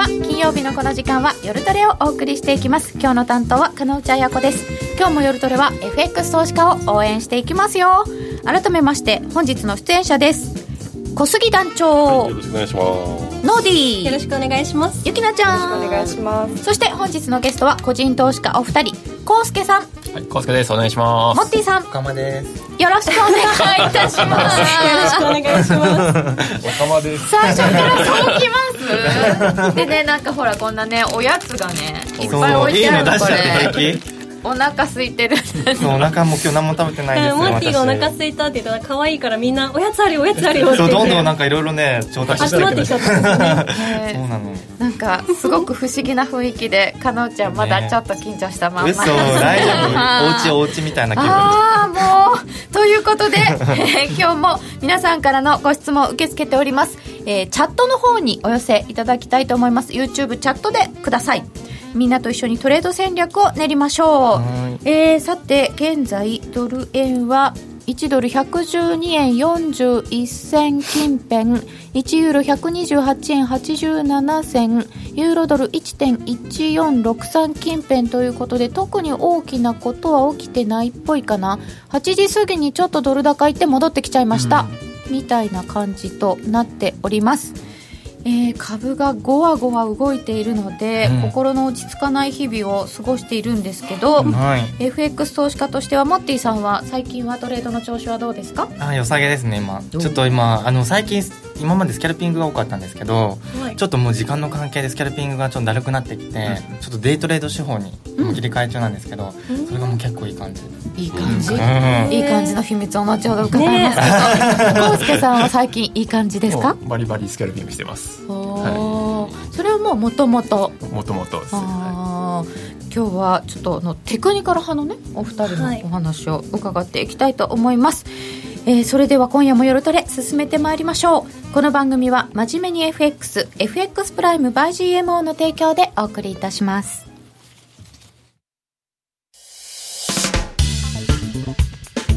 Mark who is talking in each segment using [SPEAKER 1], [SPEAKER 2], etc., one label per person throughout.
[SPEAKER 1] 日のこの時間は夜トレをお送りしていきます今日の担当は金内彩子です今日も夜トレは FX 投資家を応援していきますよ改めまして本日の出演者です小杉団長、
[SPEAKER 2] よろしくお願いします
[SPEAKER 1] ノーディ
[SPEAKER 3] よろ
[SPEAKER 1] ー
[SPEAKER 3] しくお願いします。
[SPEAKER 1] ゆきなちゃん
[SPEAKER 3] お願いします。
[SPEAKER 1] そして本日のゲストは個人投資家お二人コウスケさん
[SPEAKER 4] はい、コウスケです。お願いしま
[SPEAKER 1] モ
[SPEAKER 4] す。
[SPEAKER 1] ッティさん
[SPEAKER 5] かまです。
[SPEAKER 1] よろしくお願いいたしま
[SPEAKER 3] よろし
[SPEAKER 1] す
[SPEAKER 3] くお願いし ます。
[SPEAKER 4] 仲間です。
[SPEAKER 1] 最初からそうきますでねなんかほらこんなねおやつがねいっぱい置いてあるこれ
[SPEAKER 5] 平
[SPEAKER 1] お腹空いてる
[SPEAKER 5] 気。お腹も今日何も食べてないです。
[SPEAKER 3] モッティがお腹
[SPEAKER 5] 私
[SPEAKER 3] 空いたって言ったら可愛いからみんなおやつあるよおやつあるよって
[SPEAKER 5] そうどんどんな
[SPEAKER 3] 言っ
[SPEAKER 5] んかいろいろね調達
[SPEAKER 3] て
[SPEAKER 5] して
[SPEAKER 3] 集まってきちゃったんですね。
[SPEAKER 5] そう
[SPEAKER 1] ね
[SPEAKER 5] なの。
[SPEAKER 1] なんかすごく不思議な雰囲気でかのうちゃんまだちょっと緊張したまんま、
[SPEAKER 5] 嘘大 丈夫。お家お家みたいな気分。
[SPEAKER 1] ああもうという ことで、えー今日も皆さんからのご質問を受け付けております、えーチャットの方にお寄せいただきたいと思います YouTube チャットでくださいみんなと一緒にトレード戦略を練りましょう
[SPEAKER 5] は、
[SPEAKER 1] えーさて現在ドル円は1ドル112円41銭近辺1ユーロ128円87銭ユーロドル1.1463近辺ということで特に大きなことは起きてないっぽいかな8時過ぎにちょっとドル高行って戻ってきちゃいました、みたいな感じとなっておりますえー株がごわごわ動いているので、
[SPEAKER 5] うん
[SPEAKER 1] 心の落ち着かない日々を過ごしているんですけど、
[SPEAKER 5] はい。
[SPEAKER 1] FX 投資家としてはモッティさんは最近はトレードの調子はどうですか
[SPEAKER 5] あ良さげですね今。ちょっと今あの最近今までスキャルピングが多かったんですけど。
[SPEAKER 3] はい
[SPEAKER 5] ちょっともう時間の関係でスキャルピングがちょっとだるくなってきて、ちょっとデイトレード手法に切り替え中なんですけど、
[SPEAKER 3] ん
[SPEAKER 5] それがもう結構いい感じ、
[SPEAKER 1] いい感じ、
[SPEAKER 5] うん
[SPEAKER 1] いい感じの秘密を後ほど伺いますけど、コウスケさんは最近いい感じですか
[SPEAKER 4] バリバリスキャルピングしてます。
[SPEAKER 1] おーそれはもうもともと
[SPEAKER 4] もともとですね。は
[SPEAKER 1] あー今日はちょっとあのテクニカル派のねお二人
[SPEAKER 3] はい
[SPEAKER 1] のお話を伺っていきたいと思います、えーそれでは今夜も夜トレ進めてまいりましょうこの番組は「真面目に FXFX プライム by GMO」の提供でお送りいたします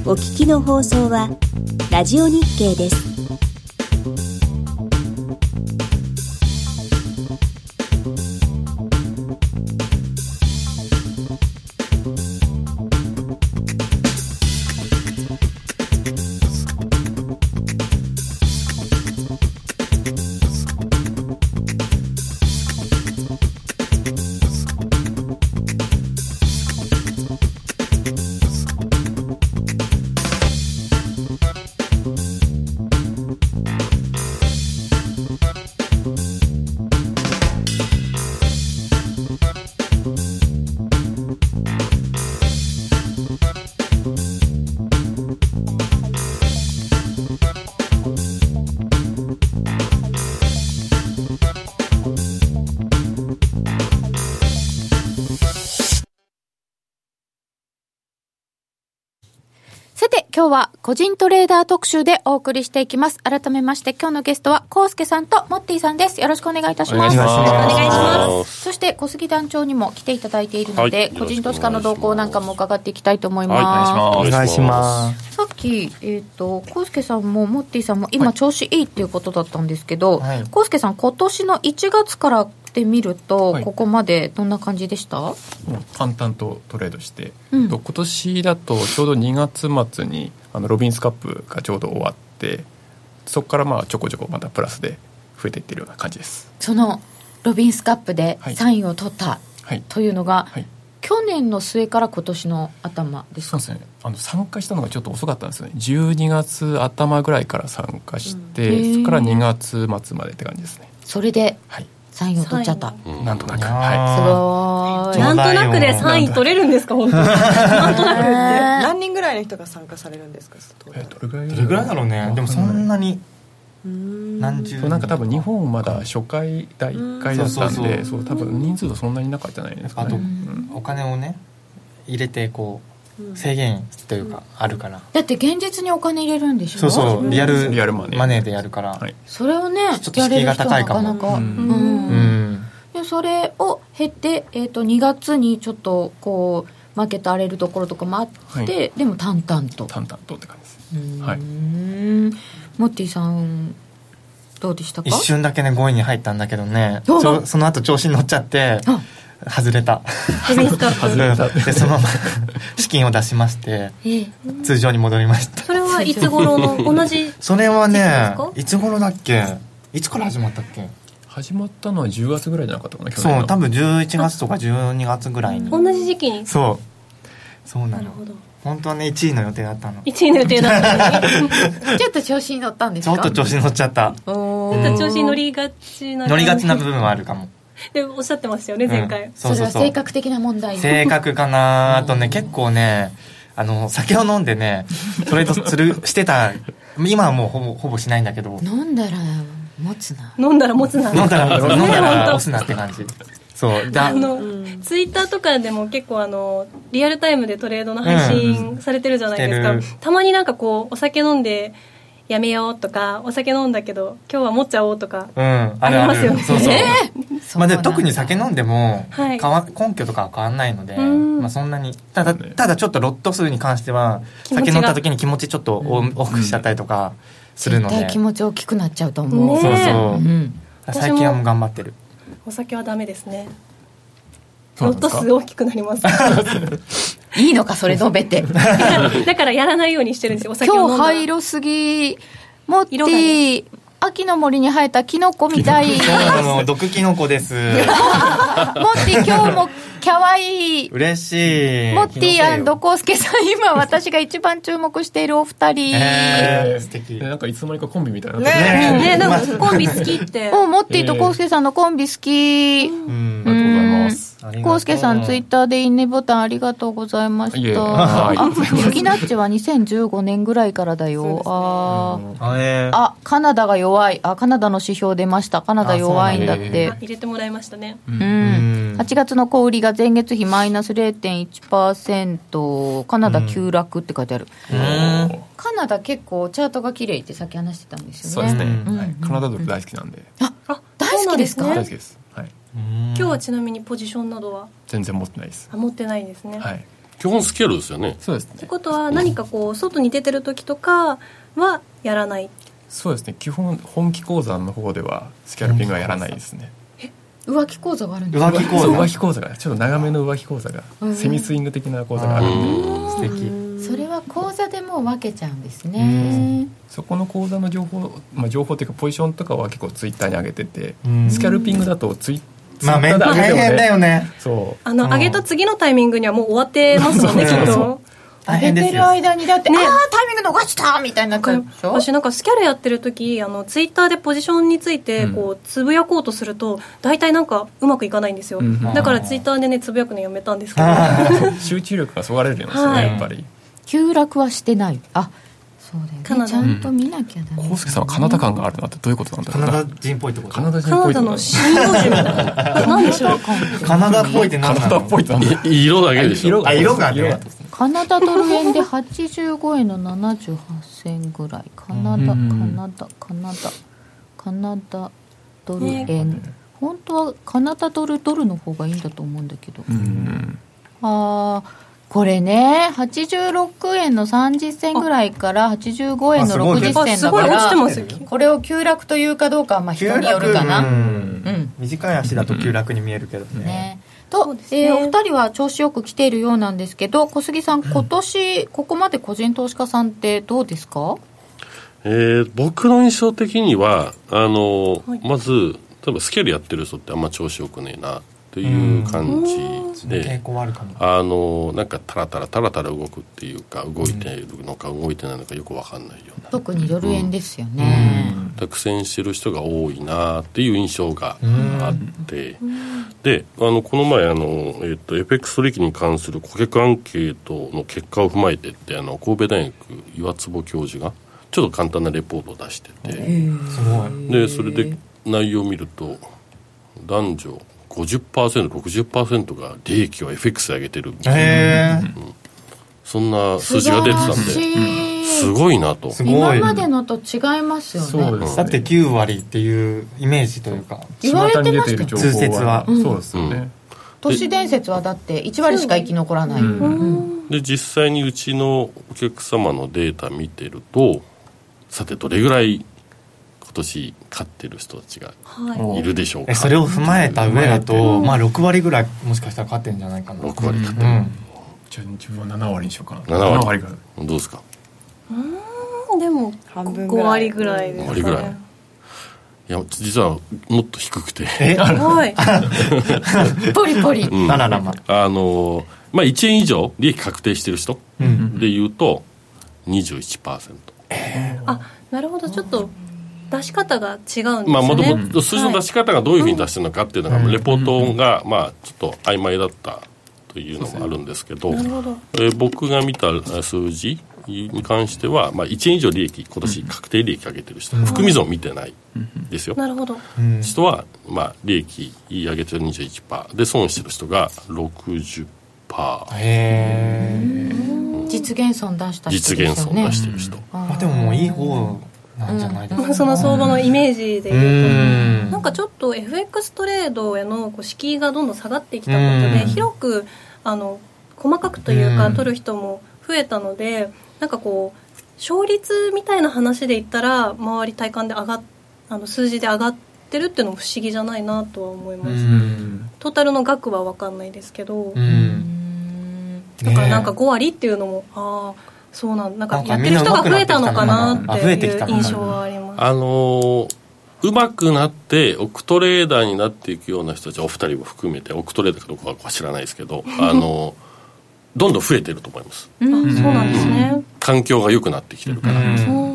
[SPEAKER 6] お聞きの放送はラジオ日経です。
[SPEAKER 1] さて今日は個人トレーダー特集でお送りしていきます改めまして今日のゲストはコウスケさんとモッティさんですよろしくお願いいたします
[SPEAKER 4] お願いします
[SPEAKER 1] よろくお願いします
[SPEAKER 2] お願いします
[SPEAKER 1] そして小杉団長にも来ていただいているので、
[SPEAKER 2] はい
[SPEAKER 1] 個人投資家の動向なんかも伺っていきたいと思います、
[SPEAKER 2] はいお願いし
[SPEAKER 4] お
[SPEAKER 5] お願いします
[SPEAKER 1] さっき、えー、とコウスケさんもモッティさんも今調子いいっていうことだったんですけど、
[SPEAKER 5] はい
[SPEAKER 1] コウスケさん今年の1月からで見ると、
[SPEAKER 4] はい
[SPEAKER 1] ここまでどんな感じでした、
[SPEAKER 4] いもう淡々とトレードして、
[SPEAKER 1] うん
[SPEAKER 4] と今年だとちょうど2月末にあのロビンスカップがちょうど終わって、そこからまあちょこちょこまたプラスで増えていってるような感じです。
[SPEAKER 1] そのロビンスカップで
[SPEAKER 4] はい
[SPEAKER 1] 3位を取った
[SPEAKER 4] はい。
[SPEAKER 1] というのが、
[SPEAKER 4] はい。
[SPEAKER 1] 去年の末から今年の頭です
[SPEAKER 4] そ
[SPEAKER 1] か
[SPEAKER 4] うですね。あの参加したのがちょっと遅かったんですよね。12月頭ぐらいから参加して、
[SPEAKER 1] うんへー
[SPEAKER 4] そこから2月末までって感じですね。
[SPEAKER 1] それで
[SPEAKER 4] はい。
[SPEAKER 1] 3位を取っちゃったす
[SPEAKER 3] 三
[SPEAKER 2] うん
[SPEAKER 4] なんとなく。
[SPEAKER 5] あー
[SPEAKER 1] ご
[SPEAKER 4] は
[SPEAKER 1] ーい
[SPEAKER 3] なん
[SPEAKER 5] な
[SPEAKER 3] ん
[SPEAKER 5] と
[SPEAKER 3] と
[SPEAKER 5] な
[SPEAKER 3] な
[SPEAKER 5] く
[SPEAKER 3] く
[SPEAKER 5] で
[SPEAKER 3] で
[SPEAKER 5] 3
[SPEAKER 3] 3
[SPEAKER 5] 位
[SPEAKER 3] 位取れるんですか 本当に。なんとなくって。
[SPEAKER 7] 何人ぐらいの人が参加されるんですか
[SPEAKER 4] い。えどれぐらい
[SPEAKER 5] どれぐらいだろうねでもそんなに何十
[SPEAKER 4] そうなんか多分日本まだ初回第1回だったんで、
[SPEAKER 5] うんそうそうそう
[SPEAKER 4] そう多分人数はそんなになかったんじゃないですか、ね、
[SPEAKER 5] あと
[SPEAKER 4] うん
[SPEAKER 5] お金をね入れてこう制限というかあるから
[SPEAKER 1] だって現実にお金入れるんでしょ
[SPEAKER 5] そうそうリアル
[SPEAKER 4] リアルマネー
[SPEAKER 5] マネーでやるから、
[SPEAKER 4] はい
[SPEAKER 1] それをね
[SPEAKER 5] ちょっと敷居が高いかも
[SPEAKER 1] やれる人はなかなか、
[SPEAKER 5] うん
[SPEAKER 1] うん
[SPEAKER 5] うん
[SPEAKER 1] でそれを経て、えー、と2月にちょっとこうマーケット荒れるところとかもあって、
[SPEAKER 4] はい
[SPEAKER 1] でも淡々と
[SPEAKER 4] 淡々とって感じです
[SPEAKER 1] うーん
[SPEAKER 4] はい
[SPEAKER 1] モッティさんどうでしたか
[SPEAKER 5] 一瞬だけね5位に入ったんだけどね
[SPEAKER 1] お
[SPEAKER 5] そその後調子に乗っちゃって外れた
[SPEAKER 3] ルビースカップ
[SPEAKER 5] でそのまま 資金を出しまして
[SPEAKER 1] ええ
[SPEAKER 5] 通常に戻りました
[SPEAKER 3] それはいつ頃の同じ
[SPEAKER 5] それはね
[SPEAKER 3] そうですか
[SPEAKER 5] いつ頃だっけいつから始まったっけ
[SPEAKER 4] 始まったのは10月ぐらいじゃなかったかな去年
[SPEAKER 5] そう
[SPEAKER 4] の
[SPEAKER 5] 多分11月とか12月ぐらいに
[SPEAKER 3] 同じ時期に
[SPEAKER 5] そうそう
[SPEAKER 3] な
[SPEAKER 5] な
[SPEAKER 3] る
[SPEAKER 5] の
[SPEAKER 3] ほど
[SPEAKER 5] 本当はね1位の予定だったのち
[SPEAKER 3] 1位の予定だったのに
[SPEAKER 1] ちょっと調子に乗ったんです
[SPEAKER 5] ょ
[SPEAKER 1] か
[SPEAKER 5] っと調子に乗っちゃった
[SPEAKER 1] おー
[SPEAKER 5] ち ょっ
[SPEAKER 3] 調子に乗りがちな
[SPEAKER 5] 乗りがちな部分はあるかも
[SPEAKER 3] でおっしゃってましたよね前
[SPEAKER 5] う
[SPEAKER 3] 回
[SPEAKER 5] ん、
[SPEAKER 1] それは性格的な問題
[SPEAKER 5] 性格かなあとね結構ねあの酒を飲ん でねトレードするしてた今はもうほぼほぼしないんだけど
[SPEAKER 1] 飲んだら持つな
[SPEAKER 3] 飲んだら持つな
[SPEAKER 5] 飲ん だら飲んだ
[SPEAKER 3] 本
[SPEAKER 5] ら
[SPEAKER 3] 当
[SPEAKER 5] 押すなって感じそうだ
[SPEAKER 3] あの、ツイッターとかでも結構あのリアルタイムでトレードの配信されてるじゃないですか、
[SPEAKER 5] うんして
[SPEAKER 3] たまになんかこうお酒飲んでやめようとかお酒飲んだけど今日は持っちゃおうとか
[SPEAKER 5] うんある
[SPEAKER 3] あり
[SPEAKER 5] あ
[SPEAKER 3] ますよ
[SPEAKER 5] る
[SPEAKER 3] ね
[SPEAKER 5] そうそう
[SPEAKER 1] そう
[SPEAKER 5] ま
[SPEAKER 1] なん
[SPEAKER 5] あで
[SPEAKER 1] だ
[SPEAKER 5] も特に酒飲んでも
[SPEAKER 3] はい
[SPEAKER 5] 変わ根拠とかは変わんないので
[SPEAKER 3] うん
[SPEAKER 5] まあそんなにただただちょっとロット数に関しては
[SPEAKER 3] 気持ち
[SPEAKER 5] 酒
[SPEAKER 3] が
[SPEAKER 5] 飲んだ時に気持ちちょっと多多くしちゃったりとかするの
[SPEAKER 1] 絶
[SPEAKER 5] で
[SPEAKER 1] 対気持ち大きくなっちゃうと思う、
[SPEAKER 3] ね
[SPEAKER 5] そう
[SPEAKER 1] う
[SPEAKER 5] そ
[SPEAKER 1] ん、
[SPEAKER 5] う最近はもう頑張ってる
[SPEAKER 3] お酒はダメですね
[SPEAKER 4] そう
[SPEAKER 3] ロッ
[SPEAKER 4] なんで
[SPEAKER 3] ト
[SPEAKER 4] すか
[SPEAKER 3] 数大きくなり ます
[SPEAKER 1] いいのかそれ述べ て
[SPEAKER 3] だからやらないようにしてるんですよお酒
[SPEAKER 1] 今
[SPEAKER 3] を飲ん
[SPEAKER 1] 日
[SPEAKER 3] だら
[SPEAKER 1] 灰色すぎモッテ
[SPEAKER 3] 色が
[SPEAKER 1] ィ、秋の森に生えたキノコみたいモッ
[SPEAKER 5] そうなの毒キノコです
[SPEAKER 1] ティ今日も可愛い
[SPEAKER 5] 嬉しい
[SPEAKER 1] モッティコウスケさん今私が一番注目しているお二人、
[SPEAKER 5] えー素敵
[SPEAKER 4] でなんかいつの間にかコンビみたいな
[SPEAKER 7] ねえ
[SPEAKER 5] ね
[SPEAKER 3] ねなんかコンビ好きって
[SPEAKER 1] おモッティとコウスケさんのコンビ好き、
[SPEAKER 5] うん
[SPEAKER 4] ありがとうございます
[SPEAKER 5] ありがとう
[SPEAKER 1] コウスケさんツイッターでいいねボタンありがとうございま
[SPEAKER 4] い
[SPEAKER 1] し
[SPEAKER 4] え
[SPEAKER 1] た。
[SPEAKER 4] はい
[SPEAKER 1] あ、ユキナッチは2015年ぐらいからだよ。あー
[SPEAKER 5] あえー
[SPEAKER 1] あ、カナダが弱い。あ、カナダの指標出ました。カナダ弱いんだっ
[SPEAKER 4] あ
[SPEAKER 1] て
[SPEAKER 3] あ。入れてもらいましたね
[SPEAKER 1] うん
[SPEAKER 5] うん
[SPEAKER 1] 8月の小売りが前月比マイナス0.1%カナダ急落って書いてある、
[SPEAKER 5] うん
[SPEAKER 1] カナダ結構チャートが綺麗ってさっき話してたんですよね
[SPEAKER 4] そうですね、
[SPEAKER 5] うん
[SPEAKER 4] はい、カナダドル大好きなんで
[SPEAKER 3] あ
[SPEAKER 1] 大好きですか
[SPEAKER 3] そう
[SPEAKER 4] 大
[SPEAKER 3] な
[SPEAKER 4] 好
[SPEAKER 3] ん
[SPEAKER 4] きです、はい、
[SPEAKER 3] 今日はちなみにポジションなどは
[SPEAKER 4] 全然持ってないです
[SPEAKER 3] あ持ってないんですね、
[SPEAKER 4] は
[SPEAKER 3] っ
[SPEAKER 4] い
[SPEAKER 2] 基本スケールですよね
[SPEAKER 4] そうです
[SPEAKER 3] て
[SPEAKER 4] ね
[SPEAKER 3] ことは何かこう外に出てる時とかはやらない
[SPEAKER 4] そうですね基本本気鉱山の方ではスキャルピングはやらないですね
[SPEAKER 1] 浮気口座があるんですか
[SPEAKER 5] 浮気講
[SPEAKER 4] そう浮
[SPEAKER 5] 座
[SPEAKER 4] 気講座がちょっと長めの浮気講座が、
[SPEAKER 1] うん
[SPEAKER 4] セミスイング的な講座があるんで
[SPEAKER 5] 素敵
[SPEAKER 1] それは口座でもう分けちゃうんですね
[SPEAKER 4] そこの講座の情報、まあ、情報っていうかポジションとかは結構ツイッターに上げてて、
[SPEAKER 5] うん
[SPEAKER 4] スキャルピングだとツイツイッ
[SPEAKER 5] ま
[SPEAKER 4] タ
[SPEAKER 5] あめ
[SPEAKER 4] ー
[SPEAKER 5] ん
[SPEAKER 4] で上げて
[SPEAKER 5] 大
[SPEAKER 4] も
[SPEAKER 5] 変だ
[SPEAKER 4] ね
[SPEAKER 5] よね
[SPEAKER 4] そう
[SPEAKER 3] あの
[SPEAKER 5] うん
[SPEAKER 3] 上げた次のタイミングにはもう終わってますよねき
[SPEAKER 5] そう
[SPEAKER 3] っ
[SPEAKER 5] そ
[SPEAKER 3] と
[SPEAKER 5] 大
[SPEAKER 1] 上
[SPEAKER 5] 変
[SPEAKER 1] げて
[SPEAKER 5] です
[SPEAKER 1] る
[SPEAKER 5] よ
[SPEAKER 1] 間にだって、
[SPEAKER 3] ね
[SPEAKER 1] ああタイミング逃したみたいになっちゃうでしょ
[SPEAKER 3] 私なんかスキャルやってる時あのツイッターでポジションについて
[SPEAKER 4] うん
[SPEAKER 3] こうつぶやこうとすると大体なんかうまくいかないんですよ、
[SPEAKER 4] うん
[SPEAKER 3] だからツイッターでねつぶやくのやめたんですけど
[SPEAKER 5] あー
[SPEAKER 4] そう集中力がそがれるんですよね、
[SPEAKER 3] はい
[SPEAKER 4] やっぱり
[SPEAKER 1] 急落はしてないあそうだ
[SPEAKER 3] カ
[SPEAKER 1] よ
[SPEAKER 3] ナ
[SPEAKER 1] ね
[SPEAKER 3] ダ
[SPEAKER 1] ちゃんと見なきゃだね
[SPEAKER 4] 康介さんはカナダ感があるなってどういうことなんだ
[SPEAKER 5] カ
[SPEAKER 4] ろう
[SPEAKER 5] ナダ
[SPEAKER 4] な
[SPEAKER 5] 人っぽいってこと
[SPEAKER 4] カナダ人
[SPEAKER 3] カ
[SPEAKER 4] っぽ
[SPEAKER 3] ナ
[SPEAKER 4] い
[SPEAKER 3] ダ
[SPEAKER 4] と
[SPEAKER 3] の針葉樹みたいな何でしょう
[SPEAKER 5] カナダっぽいって
[SPEAKER 4] カ
[SPEAKER 5] 何
[SPEAKER 4] ナ
[SPEAKER 5] な
[SPEAKER 4] ダ
[SPEAKER 5] の
[SPEAKER 4] っぽいとなんだ
[SPEAKER 2] い色だけでしょ
[SPEAKER 4] 色が
[SPEAKER 5] あ色がね
[SPEAKER 4] 色がですね
[SPEAKER 1] カナダドル円で85円の78銭ぐらいカナダカ
[SPEAKER 5] うん
[SPEAKER 1] ナダカナダカナダドル円、
[SPEAKER 4] ね
[SPEAKER 1] 本当はカナダドルドルの方がいいんだと思うんだけど、
[SPEAKER 4] うん
[SPEAKER 1] あーこれね86円の30銭ぐらいから85円
[SPEAKER 5] あすご
[SPEAKER 1] の
[SPEAKER 5] い
[SPEAKER 1] 60
[SPEAKER 3] あ
[SPEAKER 1] 銭
[SPEAKER 3] す
[SPEAKER 1] だ
[SPEAKER 3] ごい
[SPEAKER 1] か
[SPEAKER 3] 落ちて
[SPEAKER 1] ら
[SPEAKER 3] ますよ
[SPEAKER 1] これを急落というかどうかはまあ
[SPEAKER 5] 急
[SPEAKER 1] 人
[SPEAKER 5] 落
[SPEAKER 1] によるかな、
[SPEAKER 5] うん
[SPEAKER 1] うん
[SPEAKER 5] 短い足だと急落に見えるけどね
[SPEAKER 1] ね。と、
[SPEAKER 3] そうですね
[SPEAKER 1] えーお二人は調子よく来ているようなんですけど小杉さん今年ここまで個人投資家さんってどうですか
[SPEAKER 2] えー僕の印象的にはあの、
[SPEAKER 3] はい
[SPEAKER 2] まず例えばスケールやってる人ってあんま調子よくねえなっていう感じで、
[SPEAKER 5] 傾向はあるかも
[SPEAKER 2] あのなんかタラタラタラタラ動くっていうか動いてるのか動いてないのかよく分かんないようなだか
[SPEAKER 1] 特にドル円ですよね、
[SPEAKER 2] ら苦戦してる人が多いなっていう印象があってであのこの前あの、えっとエペックス取引に関する顧客アンケートの結果を踏まえてってあの神戸大学岩坪教授がちょっと簡単なレポートを出してて。
[SPEAKER 5] すごい
[SPEAKER 2] でそれで内容を見ると男女 50%60% が利益を FX で上げてるみたいな
[SPEAKER 5] へえ
[SPEAKER 2] そんな数字が出てたん
[SPEAKER 1] 素
[SPEAKER 2] で
[SPEAKER 1] 晴らし
[SPEAKER 2] すごいなと
[SPEAKER 5] すご
[SPEAKER 1] 今
[SPEAKER 5] い
[SPEAKER 1] までのと違いますよね
[SPEAKER 4] そうですね
[SPEAKER 5] だって9割っていうイメージというか
[SPEAKER 1] 言われてましたよ
[SPEAKER 4] 巷に出情報
[SPEAKER 5] 通説は
[SPEAKER 4] そうですよね、
[SPEAKER 2] うん
[SPEAKER 1] 都市伝説はだって1割しか生き残らない、
[SPEAKER 2] で実際にうちのお客様のデータ見てるとさてどれぐらい年買ってる人たちが
[SPEAKER 3] はい
[SPEAKER 2] いるでしょうか
[SPEAKER 5] えそれを踏まえた上だと、まあ、6割ぐらいもしかしたら勝ってんじゃないかな
[SPEAKER 2] 6割買って
[SPEAKER 5] う
[SPEAKER 2] る、
[SPEAKER 5] ん
[SPEAKER 4] じゃあ自分は7割にしようかな
[SPEAKER 2] 7割
[SPEAKER 4] が
[SPEAKER 2] どうですか
[SPEAKER 3] でも
[SPEAKER 7] 半分
[SPEAKER 3] 5割ぐらいです
[SPEAKER 2] 5
[SPEAKER 3] かね
[SPEAKER 2] 割ぐらいいや実はもっと低くて、
[SPEAKER 5] えあ
[SPEAKER 3] はい
[SPEAKER 1] ポリポリ
[SPEAKER 2] うん
[SPEAKER 5] ららま
[SPEAKER 2] あのーまあ1円以上利益確定してる人
[SPEAKER 5] うん
[SPEAKER 2] で言うと21%、
[SPEAKER 3] あなるほどちょっと出し方が違うんですね、
[SPEAKER 2] まあもともと数字の出し方がどういうふうに出してるのかっていうのが、
[SPEAKER 5] うん
[SPEAKER 2] レポートがまあちょっと曖昧だったというのもあるんですけど、
[SPEAKER 3] なるほど
[SPEAKER 2] えー僕が見たえー数字に関しては、まあ、1円以上利益今年確定利益上げてる人、含み損見てないですよ、
[SPEAKER 3] なるほど
[SPEAKER 5] うん
[SPEAKER 2] 人は、まあ、利益上げてる21%で損してる人が60%
[SPEAKER 5] へえ
[SPEAKER 1] 実現損出した人
[SPEAKER 2] 実
[SPEAKER 1] で
[SPEAKER 2] 現
[SPEAKER 1] すよ
[SPEAKER 2] 損
[SPEAKER 1] ね
[SPEAKER 2] 出してる人、
[SPEAKER 1] ま
[SPEAKER 5] まあでももういい方なんじゃないですか、
[SPEAKER 3] その相場のイメージで
[SPEAKER 5] う
[SPEAKER 3] 言うと
[SPEAKER 5] ん
[SPEAKER 3] なんかちょっと FX トレードへのこう敷居がどんどん下がってきたこと
[SPEAKER 5] う
[SPEAKER 3] で
[SPEAKER 5] ん
[SPEAKER 3] 広くあの細かくという
[SPEAKER 5] う
[SPEAKER 3] か
[SPEAKER 5] ん
[SPEAKER 3] 取る人も増えたのでなんかこう勝率みたいな話で言ったら周り体感で上がっあの数字で上がってるっていうのも不思議じゃないなとは思います、
[SPEAKER 5] うん
[SPEAKER 3] トータルの額は分かんないですけど、
[SPEAKER 5] うん
[SPEAKER 3] だからなんか
[SPEAKER 5] ね
[SPEAKER 3] 5割っていうのも、ああそうなんなんか
[SPEAKER 5] なんか
[SPEAKER 3] やってる人が増えたのかな
[SPEAKER 5] みんな
[SPEAKER 3] っ
[SPEAKER 5] 上手く
[SPEAKER 3] いう
[SPEAKER 5] なっててきたのかな
[SPEAKER 3] 印象はあります。
[SPEAKER 2] あのーうまくなってオクトレーダーになっていくような人たちお二人も含めてオクトレーダーかどうかは知らないですけどあのーどんどん増えてると思います
[SPEAKER 1] う
[SPEAKER 3] あ
[SPEAKER 1] ん
[SPEAKER 3] そうなんですね。
[SPEAKER 2] 環境が良くなってきてるから、
[SPEAKER 3] うん
[SPEAKER 2] うん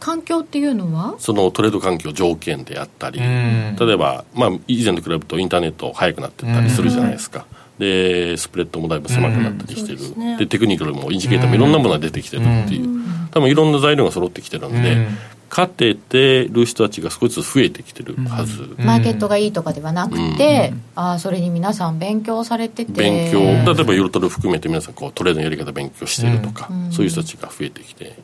[SPEAKER 1] 環境っていうのは
[SPEAKER 2] そのトレード環境条件であったり、
[SPEAKER 5] うん
[SPEAKER 2] 例えば、まあ、以前と比べるとインターネット早くなってったりするじゃないですか、でスプレッドもだいぶ狭くなったりしてる、
[SPEAKER 3] うんそうですね
[SPEAKER 2] でテクニカルもインジケーターもいろんなものが出てきてるっていう、
[SPEAKER 1] うん
[SPEAKER 2] 多分いろんな材料が揃ってきてるんで、
[SPEAKER 5] うん
[SPEAKER 2] 勝ててる人たちが少しずつ増えてきてるはず、
[SPEAKER 5] ん
[SPEAKER 1] マーケットがいいとかではなくて、ああそれに皆さん勉強されてて
[SPEAKER 2] 勉強、
[SPEAKER 1] うん
[SPEAKER 2] 例えばヨルトル含めて皆さんこうトレードのやり方勉強してるとか、
[SPEAKER 1] うん
[SPEAKER 2] そういう人たちが増えてきて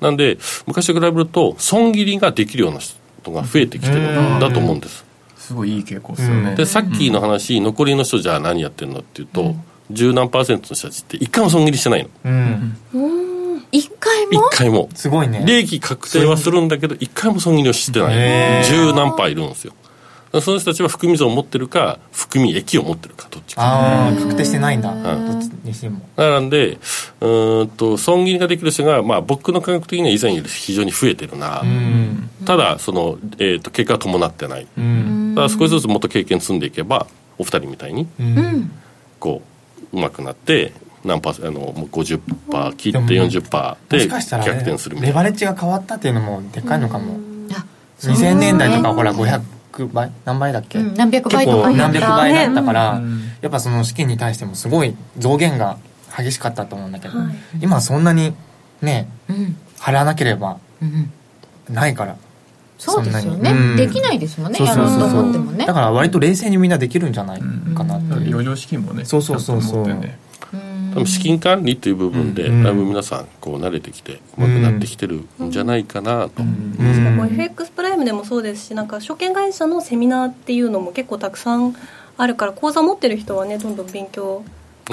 [SPEAKER 2] なんで昔と比べると損切りができるような人が増えてきてるんだと思うんです、
[SPEAKER 4] すごいいい傾向ですよね、
[SPEAKER 2] でさっきの話、残りの人じゃあ何やってるのっていうと、十何パーセントの人たちって一回も損切りしてないの
[SPEAKER 5] うん
[SPEAKER 1] 一回も
[SPEAKER 2] 一回も
[SPEAKER 5] すごいね
[SPEAKER 2] 利益確定はするんだけど一回も損切りをしてない
[SPEAKER 5] へー
[SPEAKER 2] 十何パーいるんですよその人たちは含み損を持ってるか含み益を持ってるかどっちか
[SPEAKER 5] ああ確定してないんだど
[SPEAKER 1] ん
[SPEAKER 5] っちにしても
[SPEAKER 2] なんでうーんと損切りができる人が、まあ、僕の感覚的には以前より非常に増えてるな、
[SPEAKER 5] うん
[SPEAKER 2] ただその、えー、と結果は伴ってない、
[SPEAKER 5] うん
[SPEAKER 2] ただ少しずつもっと経験積んでいけばお二人みたいに
[SPEAKER 5] うん
[SPEAKER 1] うん
[SPEAKER 2] こううまくなって何パーセあのもう50パー切って
[SPEAKER 5] でも
[SPEAKER 2] 40パー
[SPEAKER 5] も
[SPEAKER 2] で
[SPEAKER 5] しかしたら
[SPEAKER 2] 逆
[SPEAKER 5] ね
[SPEAKER 2] 転するみた
[SPEAKER 5] レ
[SPEAKER 2] いな
[SPEAKER 5] バレッジが変わったっていうのもでかいのかも
[SPEAKER 1] あそう
[SPEAKER 5] 2000年代とかほら
[SPEAKER 1] ね
[SPEAKER 5] 500倍何倍だっけ
[SPEAKER 1] うん何百倍
[SPEAKER 5] 結
[SPEAKER 1] とか
[SPEAKER 5] 構
[SPEAKER 1] になっ
[SPEAKER 5] 何
[SPEAKER 1] た
[SPEAKER 5] 百倍だったか
[SPEAKER 4] う
[SPEAKER 5] ら
[SPEAKER 4] ん
[SPEAKER 5] やっぱその資金に対してもすごい増減が激しかったと思うんだけど
[SPEAKER 3] はい
[SPEAKER 5] 今はそんなにね
[SPEAKER 1] うん
[SPEAKER 5] 払わなければ
[SPEAKER 1] うん
[SPEAKER 5] ないから
[SPEAKER 1] そうですよね、
[SPEAKER 5] そんなにうん
[SPEAKER 1] できないですもんね
[SPEAKER 5] そうそうそう
[SPEAKER 1] やろうと
[SPEAKER 5] そ
[SPEAKER 1] 思っても
[SPEAKER 5] う
[SPEAKER 1] ね
[SPEAKER 5] だから割と冷静にみんなできるんじゃないかなっていう
[SPEAKER 4] 余剰資金もね
[SPEAKER 5] そうそうそうそう
[SPEAKER 4] ちゃんと持ってね
[SPEAKER 1] うん
[SPEAKER 2] 多分資金管理という部分で、
[SPEAKER 5] うん
[SPEAKER 2] だいぶ皆さんこう慣れてきてうまくなってきてるんじゃないかなと、
[SPEAKER 5] う
[SPEAKER 3] なん
[SPEAKER 5] ん
[SPEAKER 3] かこう FX プライムでもそうですしなんか証券会社のセミナーっていうのも結構たくさんあるから講座持ってる人はねどんどん勉強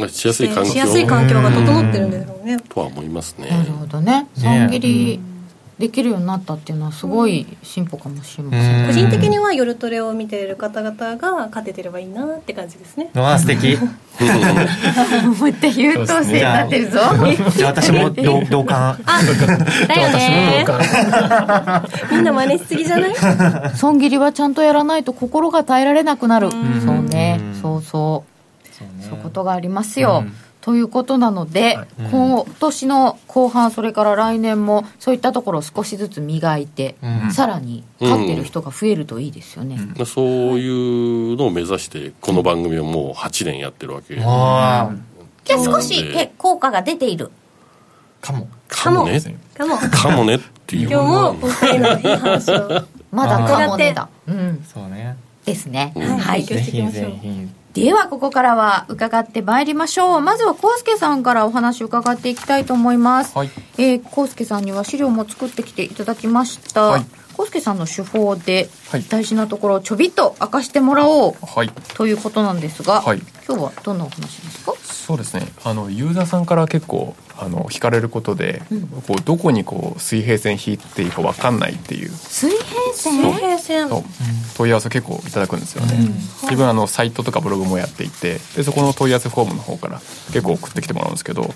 [SPEAKER 2] しやすい環境
[SPEAKER 3] しやすい環境が整ってるんですよね。
[SPEAKER 2] とは思いますね
[SPEAKER 1] なるほどね
[SPEAKER 5] ね
[SPEAKER 1] 損切りできるようになったっていうのはすごい進歩かもしれません、
[SPEAKER 5] うん
[SPEAKER 3] 個人的には夜トレを見ている方々が勝ててればいいなって感じですね。
[SPEAKER 5] わあ素敵
[SPEAKER 1] 思って優等生になってるぞ。
[SPEAKER 5] じゃあ私も 同同感
[SPEAKER 3] あ、だよね。みんな真似しすぎじゃない？
[SPEAKER 1] 損切りはちゃんとやらないと心が耐えられなくなる。そうね
[SPEAKER 5] う。ん
[SPEAKER 1] そうそう。そういうことがありますよ。
[SPEAKER 5] うん
[SPEAKER 1] ということなので、今年の後半それから来年もそういったところを少しずつ磨いて、
[SPEAKER 5] うん
[SPEAKER 1] さらに勝ってる人が増えるといいですよね、
[SPEAKER 2] まあそういうのを目指してこの番組をもう8年やってるわけ
[SPEAKER 5] わあ
[SPEAKER 6] じゃあ少しけ効果が出ている
[SPEAKER 5] かも
[SPEAKER 2] かもね
[SPEAKER 3] かも。
[SPEAKER 2] かもねっていう
[SPEAKER 3] 今日もお二人のいい話を。
[SPEAKER 1] まだかもねだ、うん、
[SPEAKER 5] そうね
[SPEAKER 1] ですね、
[SPEAKER 2] うん
[SPEAKER 1] はい
[SPEAKER 3] 勉強
[SPEAKER 5] ぜ
[SPEAKER 3] していき
[SPEAKER 5] ひ
[SPEAKER 3] ましょう
[SPEAKER 5] ぜ。ひ
[SPEAKER 1] ではここからは伺ってまいりましょうまずはコウスケさんからお話を伺っていきたいと思います、
[SPEAKER 4] はい
[SPEAKER 1] えー、コウスケさんには資料も作ってきていただきました、
[SPEAKER 4] はい
[SPEAKER 1] コウスケさんの手法で
[SPEAKER 4] はい
[SPEAKER 1] 大事なところをちょびっと明かしてもらおう
[SPEAKER 4] はい
[SPEAKER 1] ということなんですが、
[SPEAKER 4] はい
[SPEAKER 1] 今日はどんなお話ですか
[SPEAKER 4] そうですねあのユーザーさんから結構あの惹かれることで、こうどこにこう水平線引いていいか分かんないっていう
[SPEAKER 1] 水平線
[SPEAKER 3] 水平線
[SPEAKER 4] そう問い合わせ結構いただくんですよね、自分あのサイトとかブログもやっていてでそこの問い合わせフォームの方から結構送ってきてもらうんですけど、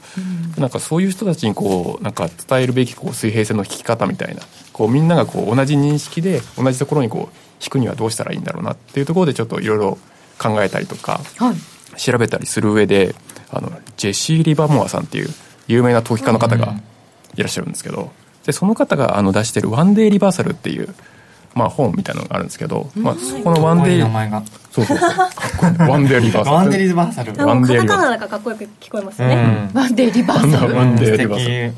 [SPEAKER 4] なんかそういう人たちにこうなんか伝えるべきこう水平線の引き方みたいなこうみんながこう同じ認識で同じところにこう引くにはどうしたらいいんだろうなっていうところでちょっといろいろ考えたりとか
[SPEAKER 1] はい
[SPEAKER 4] 調べたりする上であのジェシー・リバモアさんっていう有名な投機家の方がいらっしゃるんですけどでその方があの出してる「ワンデー・リバーサル」っていう、まあ、本みたいなのがあるんですけど、まあ、そこのワン
[SPEAKER 5] こうい
[SPEAKER 4] デ
[SPEAKER 5] う
[SPEAKER 4] ー
[SPEAKER 5] 名前が。
[SPEAKER 4] そうそうそうかっこいいワンデー・リバーサル
[SPEAKER 5] ワンデリーズバーサル。
[SPEAKER 3] あ
[SPEAKER 4] ワ
[SPEAKER 3] の
[SPEAKER 4] ン
[SPEAKER 3] カ
[SPEAKER 4] デー
[SPEAKER 3] タ
[SPEAKER 4] リバー
[SPEAKER 3] カ
[SPEAKER 4] サ
[SPEAKER 3] ナ
[SPEAKER 4] ル
[SPEAKER 3] だからかっこよく聞こえます
[SPEAKER 5] う
[SPEAKER 3] ね、
[SPEAKER 5] ん。
[SPEAKER 1] ワンデーリバーサル
[SPEAKER 4] ワンデー・リバーサル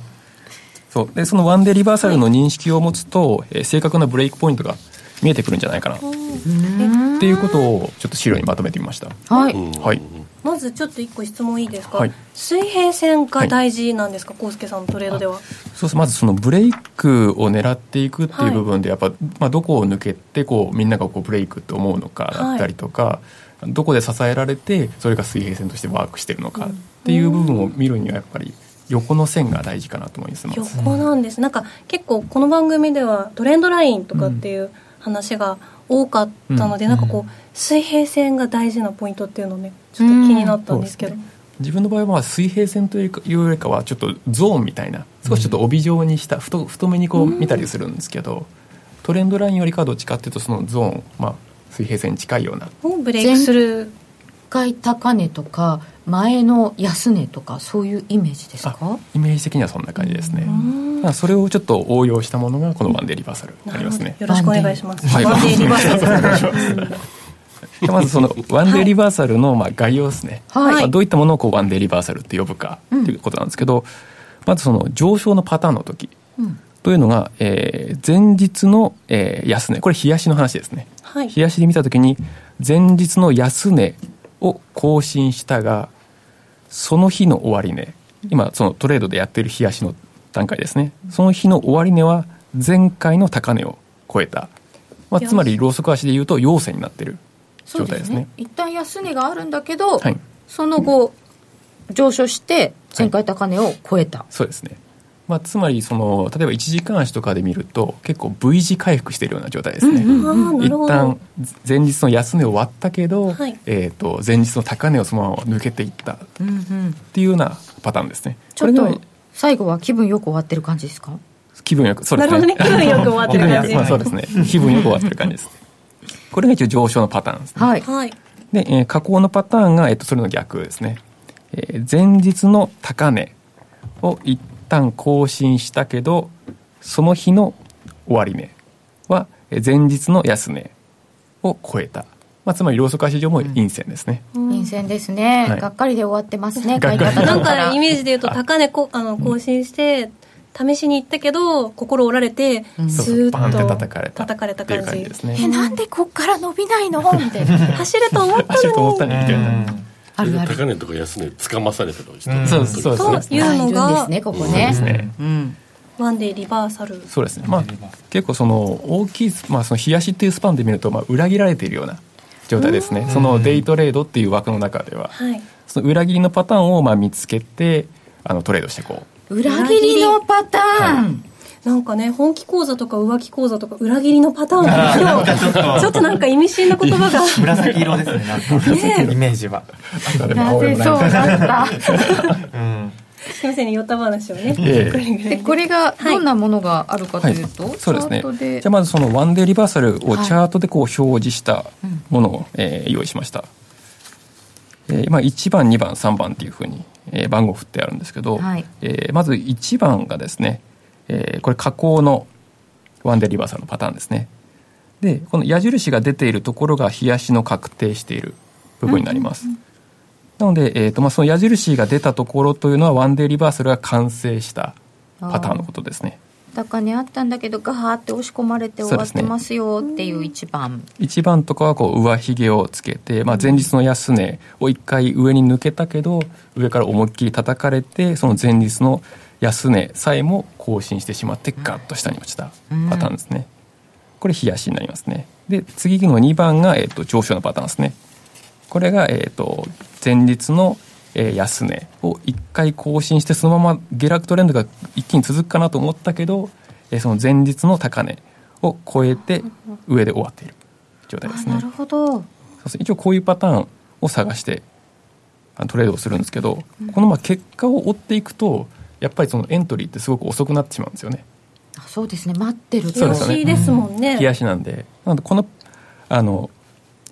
[SPEAKER 5] 素
[SPEAKER 4] そうでそのワンデーリバーサルの認識を持つと、えー正確なブレイクポイントが見えてくるんじゃないかなっていうことをちょっと資料にまとめてみました。
[SPEAKER 1] は
[SPEAKER 2] う
[SPEAKER 1] い
[SPEAKER 2] ん
[SPEAKER 4] はい
[SPEAKER 3] まずちょっと一個質問いいですか、
[SPEAKER 4] はい
[SPEAKER 3] 水平線が大事なんですか康介さんのトレードでは
[SPEAKER 4] そうそうまずそのブレイクを狙っていくっていう部分でやっぱ、まあ、どこを抜けてこうみんながこうブレイクと思うのかだったりとか、どこで支えられてそれが水平線としてワークしてるのかっていう部分を見るにはやっぱり横の線が大事かなと思います。
[SPEAKER 3] 横なんですなんか結構この番組ではトレンドラインとかっていう話が多かったので、
[SPEAKER 5] うん
[SPEAKER 3] なんかこう水平線が大事なポイントっていうのねちょっと気になったんですけど、
[SPEAKER 4] 自分の場合はまあ水平線というかいうよりかはちょっとゾーンみたいな少しちょっと帯状にした太太めにこう見たりするんですけど、トレンドラインよりかはどっちかっていうとそのゾーン、まあ、水平線に近いような
[SPEAKER 3] もうブレイクする
[SPEAKER 1] 一回高値とか前の安値とかそういうイメージですか
[SPEAKER 4] イメージ的にはそんな感じですね、まあそれをちょっと応用したものがこのワンデーリバーサルありますね
[SPEAKER 3] よろしくお願いします
[SPEAKER 4] はい
[SPEAKER 3] ワンデーリバーサル
[SPEAKER 4] でまずそのワンデーリバーサルのまあ概要ですね、
[SPEAKER 1] はい
[SPEAKER 4] まあどういったものをこうワンデーリバーサルって呼ぶかっていうことなんですけど、まずその上昇のパターンの時
[SPEAKER 1] うん
[SPEAKER 4] というのが、えー前日の、えー安値これ冷やしの話ですね
[SPEAKER 3] はい
[SPEAKER 4] 冷やしで見た時に前日の安値を更新したがその日の終値今そのトレードでやっている冷やしの段階ですねその日の終値は前回の高値を超えた、まあ、つまりローソク足で言うと陽線になってる
[SPEAKER 1] そうですね
[SPEAKER 4] 状態ですね
[SPEAKER 1] 一旦安値があるんだけど、
[SPEAKER 4] はい
[SPEAKER 1] その後上昇して前回高値を超えた、
[SPEAKER 4] そうですね、まあ、つまりその例えば1時間足とかで見ると結構 V 字回復しているような状態ですね、
[SPEAKER 3] あーな
[SPEAKER 4] 一
[SPEAKER 3] るほど
[SPEAKER 4] 旦前日の安値を割ったけど、
[SPEAKER 3] はい
[SPEAKER 4] えー、と前日の高値をそのまま抜けていったっ
[SPEAKER 1] うんうん、
[SPEAKER 4] ていうようなパターンですね
[SPEAKER 1] ちょっ
[SPEAKER 4] これ
[SPEAKER 1] と
[SPEAKER 4] が
[SPEAKER 1] 最後は気分よく終わってる感じですか
[SPEAKER 4] 気分よくそうで
[SPEAKER 3] なるほど
[SPEAKER 4] す ね
[SPEAKER 3] ね気分よく終わって
[SPEAKER 4] 気
[SPEAKER 3] る
[SPEAKER 4] 分よ
[SPEAKER 3] 感
[SPEAKER 4] く
[SPEAKER 3] じ
[SPEAKER 4] まあそうですね気分よく終わってる感じですこれが一応上昇のパターンですね、
[SPEAKER 1] はい
[SPEAKER 3] はい
[SPEAKER 4] で、えー下降のパターンが、えっとそれの逆ですね、えー前日の高値を一旦更新したけどその日の終値はえー前日の安値を超えた、まあ、つまりローソク足上も陰線ですね、
[SPEAKER 1] 陰線ですね、
[SPEAKER 4] はい
[SPEAKER 1] がっかりで終わってますね
[SPEAKER 4] が
[SPEAKER 1] 買
[SPEAKER 4] っ
[SPEAKER 1] い
[SPEAKER 4] かり
[SPEAKER 1] 方
[SPEAKER 3] なん
[SPEAKER 1] だから
[SPEAKER 3] かイメージで言うと高値こあの更新して試しに行ったけど心折られて
[SPEAKER 1] うん
[SPEAKER 4] そ
[SPEAKER 3] ス
[SPEAKER 4] うそう
[SPEAKER 3] ー
[SPEAKER 4] バン
[SPEAKER 3] ッ
[SPEAKER 4] って
[SPEAKER 3] と
[SPEAKER 4] 叩かれた
[SPEAKER 3] 叩かれた
[SPEAKER 4] っていう
[SPEAKER 3] 感
[SPEAKER 4] 感じ
[SPEAKER 3] じ
[SPEAKER 4] ですね
[SPEAKER 1] えなんでこっから伸びないのみたいな
[SPEAKER 3] 走ると思った
[SPEAKER 4] 走ると
[SPEAKER 3] のに
[SPEAKER 4] 思ったねみたいな
[SPEAKER 1] あるある
[SPEAKER 2] 高値とか安値つかまされてる人、
[SPEAKER 5] うん
[SPEAKER 4] そうそうそうです
[SPEAKER 3] というの
[SPEAKER 1] あいるんで
[SPEAKER 3] が
[SPEAKER 1] すねここね
[SPEAKER 4] そうですね
[SPEAKER 1] うん
[SPEAKER 3] ワンデーリバーサル
[SPEAKER 4] そうですねまあ結構その大きい、まあ、その冷やしっていうスパンで見ると、まあ、裏切られているような状態ですねそのデイトレードっていう枠の中では
[SPEAKER 3] はい
[SPEAKER 4] その裏切りのパターンをまあ見つけてあのトレードしていこう
[SPEAKER 1] 裏切りのパターン、
[SPEAKER 3] なんかね本気講座とか浮気講座とか裏切りのパターンが今日
[SPEAKER 5] ちょっと
[SPEAKER 3] ちょっとなんか意味深な言葉が
[SPEAKER 5] 紫色ですね。なんかイメージは。
[SPEAKER 4] あでも
[SPEAKER 1] な
[SPEAKER 4] 青
[SPEAKER 1] ぜ
[SPEAKER 4] 山
[SPEAKER 1] そうなった
[SPEAKER 5] うん。
[SPEAKER 3] すいません寄った話をね
[SPEAKER 4] いえいえ
[SPEAKER 3] これぐら
[SPEAKER 1] でこ
[SPEAKER 3] い
[SPEAKER 1] れがどんなものがあるかというと、
[SPEAKER 4] そうです
[SPEAKER 1] チャ
[SPEAKER 4] ね
[SPEAKER 1] ート
[SPEAKER 4] じ
[SPEAKER 1] で
[SPEAKER 4] ゃあまずそのワンデーリバーサルを
[SPEAKER 1] はい
[SPEAKER 4] チャートでこう表示したものを、えー用意しました、えーまあ、1番2番3番っていうふうに、えー番号振ってあるんですけど、
[SPEAKER 1] はい
[SPEAKER 4] えーまず1番がですね、えーこれ下降のワンデーリバーサルのパターンですねでこの矢印が出ているところが冷やしの確定している部分になります、なので、えーとまあ、その矢印が出たところというのはワンデーリバーサルが完成したパターンのことですね
[SPEAKER 1] 高値あったんだけどガーって押し込まれて終わってますよっていう一番
[SPEAKER 4] 1番とかはこう上髭をつけて、まあ、前日の安値を1回上に抜けたけど上から思いっきり叩かれてその前日の安値さえも更新してしまってガッと下に落ちたパターンですね、これ冷やしになりますねで次の2番が、えっと上昇のパターンですねこれが、えっと前日のえー安値を1回更新してそのまま下落トレンドが一気に続くかなと思ったけど、えーその前日の高値を超えて上で終わっている状態ですね
[SPEAKER 1] なるほど
[SPEAKER 4] そうですね一応こういうパターンを探してあのトレードをするんですけど、このまあ結果を追っていくとやっぱりそのエントリーってすごく遅くなってしまうんですよね
[SPEAKER 1] あそうですね待ってると
[SPEAKER 4] そう
[SPEAKER 3] 冷
[SPEAKER 4] で
[SPEAKER 3] や
[SPEAKER 4] すよ
[SPEAKER 3] しで
[SPEAKER 4] ね
[SPEAKER 3] すもんね。
[SPEAKER 4] 冷やしなんでなのでこのあの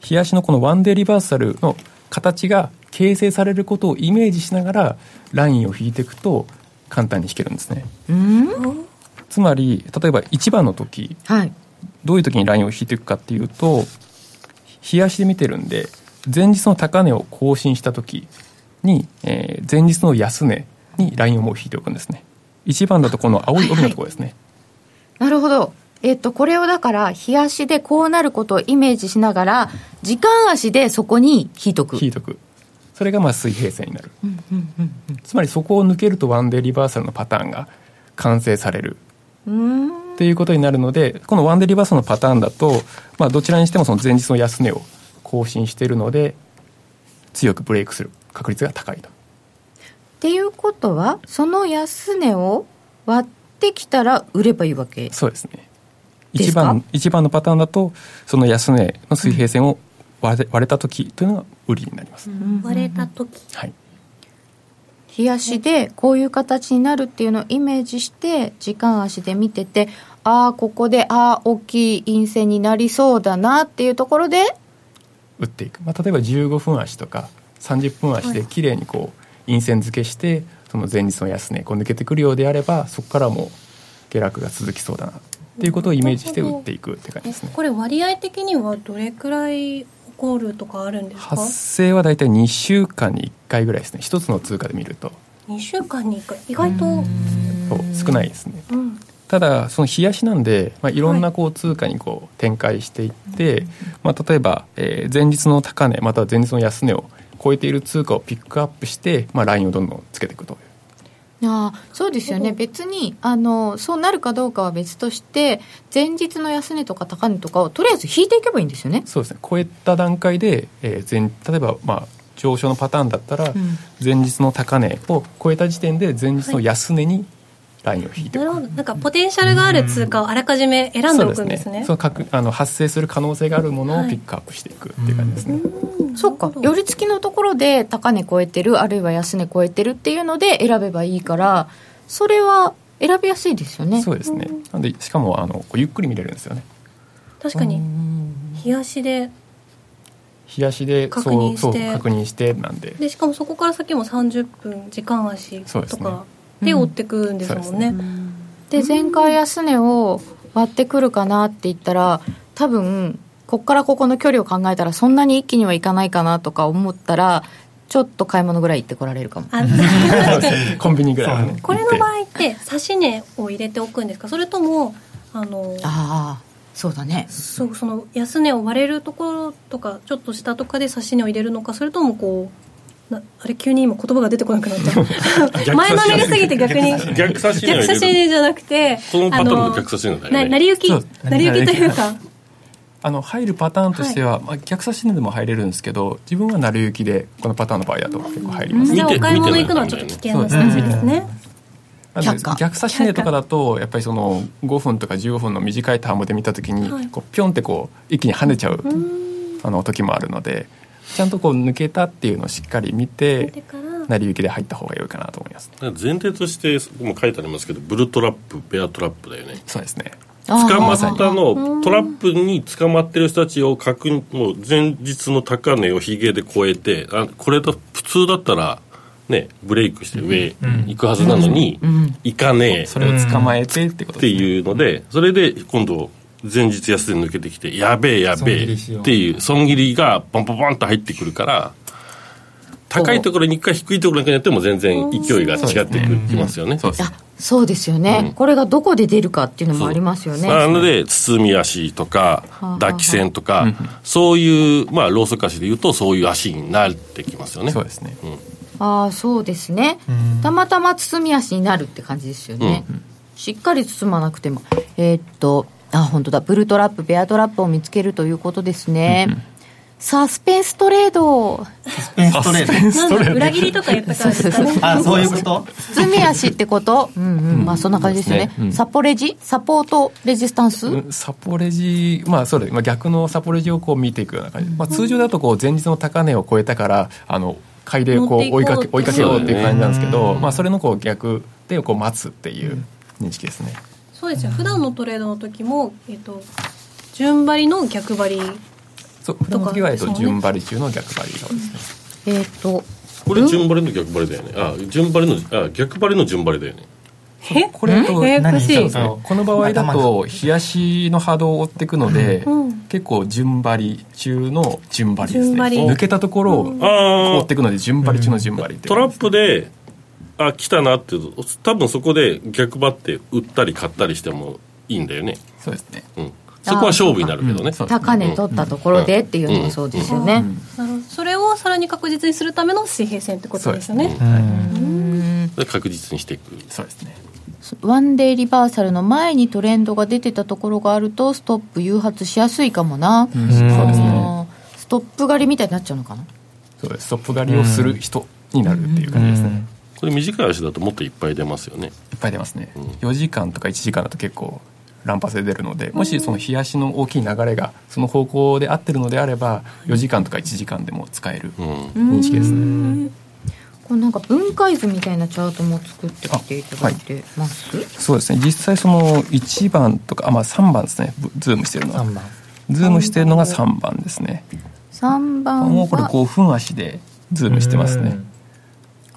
[SPEAKER 4] 冷やしのこのワンデーリバーサルの形が形成されることをイメージしながらラインを引いていくと簡単に引けるんですね
[SPEAKER 1] うん
[SPEAKER 4] つまり例えば1番の時
[SPEAKER 1] はい
[SPEAKER 4] どういう時にラインを引いていくかっていうと冷やしで見てるんで前日の高値を更新した時に、えー前日の安値にラインをもう引いておくんですね1番だとこの青い帯のところですね、
[SPEAKER 1] なるほどえっとこれをだから冷やしでこうなることをイメージしながら時間足でそこに引いとく
[SPEAKER 4] 引いとくそれがまあ水平線になるつまりそこを抜けるとワンデーリバーサルのパターンが完成されるっていうことになるのでこのワンデーリバーサルのパターンだと、まあ、どちらにしてもその前日の安値を更新しているので強くブレイクする確率が高いと
[SPEAKER 1] っていうことはその安値を割ってきたら売ればいいわけ
[SPEAKER 4] そうですね
[SPEAKER 1] です
[SPEAKER 4] 一
[SPEAKER 1] か
[SPEAKER 4] 番一番のパターンだとその安値の水平線を割れ割れた時というのが売りになります、
[SPEAKER 3] 割れた時。
[SPEAKER 4] はい
[SPEAKER 1] 冷やしでこういう形になるっていうのをイメージして時間足で見ててああここでああ大きい陰線になりそうだなっていうところで
[SPEAKER 4] 打っていく、まあ、例えば15分足とか30分足で綺麗にこう陰線付けしてその前日の安値こう抜けてくるようであればそこからもう下落が続きそうだなっていうことをイメージして打っていくって感じですね
[SPEAKER 3] これ割合的にはどれくらい起こるとかあるんですか
[SPEAKER 4] 発生は大体2週間に1回ぐらいですね一つの通貨で見ると
[SPEAKER 3] 2週間に1回意外と
[SPEAKER 4] そう少ないですね
[SPEAKER 3] うん
[SPEAKER 4] ただその冷やしなんで、まあ、いろんなこう通貨にこう展開していって、まあ、例えば、えー前日の高値または前日の安値を超えている通貨をピックアップして、まあ、ラインをどんどんつけていくという
[SPEAKER 1] ああそうですよね別にあのそうなるかどうかは別として前日の安値とか高値とかをとりあえず引いていけばいいんですよね。
[SPEAKER 4] そうですね超えた段階で、えー前例えば、まあ、上昇のパターンだったら、
[SPEAKER 1] ん
[SPEAKER 4] 前日の高値を超えた時点で前日の安値にラインを引いてお
[SPEAKER 3] な
[SPEAKER 4] く、
[SPEAKER 3] るほどなんかポテンシャルがある通貨をあらかじめ選んで
[SPEAKER 4] そ
[SPEAKER 3] お
[SPEAKER 4] うで
[SPEAKER 3] く
[SPEAKER 4] す
[SPEAKER 3] んですね
[SPEAKER 4] その確あの発生する可能性があるものを
[SPEAKER 3] はい
[SPEAKER 4] ピックアップしていくっていう感じですね、
[SPEAKER 1] そうか寄り付きのところで高値超えてるあるいは安値超えてるっていうので選べばいいからそれは選びやすいですよね。
[SPEAKER 4] そうですねなんでしかもあのこうゆっくり見れるんですよね
[SPEAKER 3] 確かに冷やしで
[SPEAKER 4] 冷やしで
[SPEAKER 3] 確認
[SPEAKER 4] そ
[SPEAKER 3] し
[SPEAKER 4] うそ
[SPEAKER 3] て
[SPEAKER 4] う確認してなんで
[SPEAKER 3] でしかもそこから先も30分時間足
[SPEAKER 4] そうで
[SPEAKER 3] と
[SPEAKER 4] すね
[SPEAKER 3] かで追ってくんですもんね,、
[SPEAKER 4] う
[SPEAKER 1] で前回安値を割ってくるかなって言ったら多分こっからここの距離を考えたらそんなに一気にはいかないかなとか思ったらちょっと買い物ぐらい行ってこられるかも。
[SPEAKER 3] あ
[SPEAKER 4] コンビニぐらいはね
[SPEAKER 3] これの
[SPEAKER 4] 行
[SPEAKER 3] 場合っ
[SPEAKER 4] って
[SPEAKER 3] て指し値を入れておくんですかそれともあの
[SPEAKER 1] ああそうだね
[SPEAKER 3] そうその安値を割れるところとかちょっと下とかで指し値を入れるのかそれともこうなあれ急に今言葉が出てこなくなっち ゃう前のめりすぎて逆に
[SPEAKER 2] 逆差しには入
[SPEAKER 3] 逆指し
[SPEAKER 2] れる
[SPEAKER 3] 値じゃなくて
[SPEAKER 2] そのパターン
[SPEAKER 3] あ
[SPEAKER 2] の
[SPEAKER 3] の
[SPEAKER 2] 逆差しなんだよ
[SPEAKER 3] な
[SPEAKER 2] ね
[SPEAKER 3] 成り行き
[SPEAKER 4] そう
[SPEAKER 3] 成り行きというか
[SPEAKER 4] あの入るパターンとしては、まあ、逆差し値でも入れるんですけど自分は成り行きでこのパターンの場合だと結構入ります
[SPEAKER 2] 見て
[SPEAKER 3] じゃあお買い物
[SPEAKER 2] 見
[SPEAKER 3] 行
[SPEAKER 2] て
[SPEAKER 3] く
[SPEAKER 2] ない
[SPEAKER 3] のは
[SPEAKER 2] ん
[SPEAKER 3] ち
[SPEAKER 2] だ
[SPEAKER 3] ょっ
[SPEAKER 2] よね
[SPEAKER 3] と危険なステージですね
[SPEAKER 4] なので
[SPEAKER 1] 却下
[SPEAKER 4] 逆差し値とかだとやっぱりその5分とか15分の短いタームで見た時に、
[SPEAKER 3] はい
[SPEAKER 4] こうピョンってこう一気に跳ねちゃう、あの時もあるのでちゃんとこう抜けたっていうのをしっかり見
[SPEAKER 3] 見て
[SPEAKER 4] て
[SPEAKER 3] から
[SPEAKER 4] 成り行きで入った方が良いかなと思いますね
[SPEAKER 2] だから前提としても書いてありますけどブルトラップベアトラップだよね
[SPEAKER 4] そうですね
[SPEAKER 1] 捕
[SPEAKER 2] 捕まったのトラップに捕まってる人たちを確認もう前日の高値をヒゲで超えてあこれだ普通だったらねブレイクして上行くはずなのに、行かねえ
[SPEAKER 4] それを捕まえてってこと
[SPEAKER 2] って
[SPEAKER 4] ですね、
[SPEAKER 2] いうのでそれで今度前日安で抜けてきてやべえやべえ
[SPEAKER 5] 損切りしよう
[SPEAKER 2] っていう損切りがバンバンバンと入ってくるから高いところに一回低いところに一回やっても全然勢いが違ってくきますよね。
[SPEAKER 4] そうですね
[SPEAKER 1] そうですよね、これがどこで出るかっていうのもありますよね
[SPEAKER 2] なので包み足とか
[SPEAKER 1] はあ
[SPEAKER 2] 抱き線とかそういうまあローソク足でいうとそういう足になってきますよね
[SPEAKER 4] そうですね
[SPEAKER 1] ああそうですねたまたま包み足になるって感じですよね、しっかり包まなくてもえーっとあ本当だブルトラップベアトラップを見つけるということですね、サスペンストレード
[SPEAKER 5] スペンストレ ー
[SPEAKER 3] なんだ裏切りとか言ったからですかね
[SPEAKER 5] ド。あ、そういうこと
[SPEAKER 1] 包み足ってことうんうんまあそんな感じですよね
[SPEAKER 4] そうですねうん
[SPEAKER 1] サポレジサポートレジスタンス、
[SPEAKER 4] うんサポレジ、まあそうだねまあ、逆のサポレジをこう見ていくような感じ、まあ、通常だとこう前日の高値を超えたからあの買いでこう
[SPEAKER 3] 乗っていこう
[SPEAKER 4] 追いかけ追いかけようっていう感じなんですけ
[SPEAKER 5] そうだ
[SPEAKER 4] ど、
[SPEAKER 5] ね
[SPEAKER 4] まあ、それのこう逆でこう待つっていう認識ですね。
[SPEAKER 3] そうですよ。普段のトレードの時も、えっと、順張りの逆張り。
[SPEAKER 4] そう普段の時はえっ
[SPEAKER 3] そ
[SPEAKER 4] と
[SPEAKER 3] うね
[SPEAKER 4] 順張り中の逆張りそうですね。
[SPEAKER 1] えっ、と
[SPEAKER 2] これ順張りの逆張りだよねあ順張りのあ逆張りの順張りだよね
[SPEAKER 3] え
[SPEAKER 4] これと
[SPEAKER 3] ややこし
[SPEAKER 5] 何
[SPEAKER 3] い
[SPEAKER 5] 言って。んの
[SPEAKER 4] この場合だと冷やしの波動を追っていくので、
[SPEAKER 3] うん
[SPEAKER 4] 結構順張り中の順張りです
[SPEAKER 3] 順
[SPEAKER 4] ね
[SPEAKER 3] 張り
[SPEAKER 4] 抜けたところを追
[SPEAKER 2] あ
[SPEAKER 4] っていくので順張り中の順張りって
[SPEAKER 2] トラップであ来たなって多分そこで逆張って売ったり買ったりしてもいいんだよね、
[SPEAKER 4] そうですね
[SPEAKER 2] うん、そこは勝負になるけどね、
[SPEAKER 4] あーそうか
[SPEAKER 1] 高値取ったところでっていうのもそうですよね、
[SPEAKER 3] なるほどそれをさらに確実にするための水平線ってことですよね。
[SPEAKER 5] うん。
[SPEAKER 2] で確実にしていく
[SPEAKER 4] そうですね
[SPEAKER 1] ワンデーリバーサルの前にトレンドが出てたところがあるとストップ誘発しやすいかもな、
[SPEAKER 4] そうですね
[SPEAKER 1] あーストップ狩りみたいになっちゃうのかな
[SPEAKER 4] そうですストップ狩りをする人になるっていう感じですね、い
[SPEAKER 2] これ短い足だともっといっぱい出ますよね
[SPEAKER 4] っぱい出ますね
[SPEAKER 2] ん
[SPEAKER 4] 4時間とか1時間だと結構乱発で出るのでもしその冷やしの大きい流れがその方向で合ってるのであれば4時間とか1時間でも使える
[SPEAKER 2] うん
[SPEAKER 4] 認識ですね
[SPEAKER 1] これなんか分解図みたいなチャートも作ってきていただいてます、
[SPEAKER 4] そうですね実際その1番とかあ、まあ、3番ですねぶズームしてるのは
[SPEAKER 5] 3番。
[SPEAKER 4] ズームしてるのが3番ですね
[SPEAKER 1] 3番
[SPEAKER 4] も
[SPEAKER 1] は
[SPEAKER 4] うこれ5分足でズームしてますね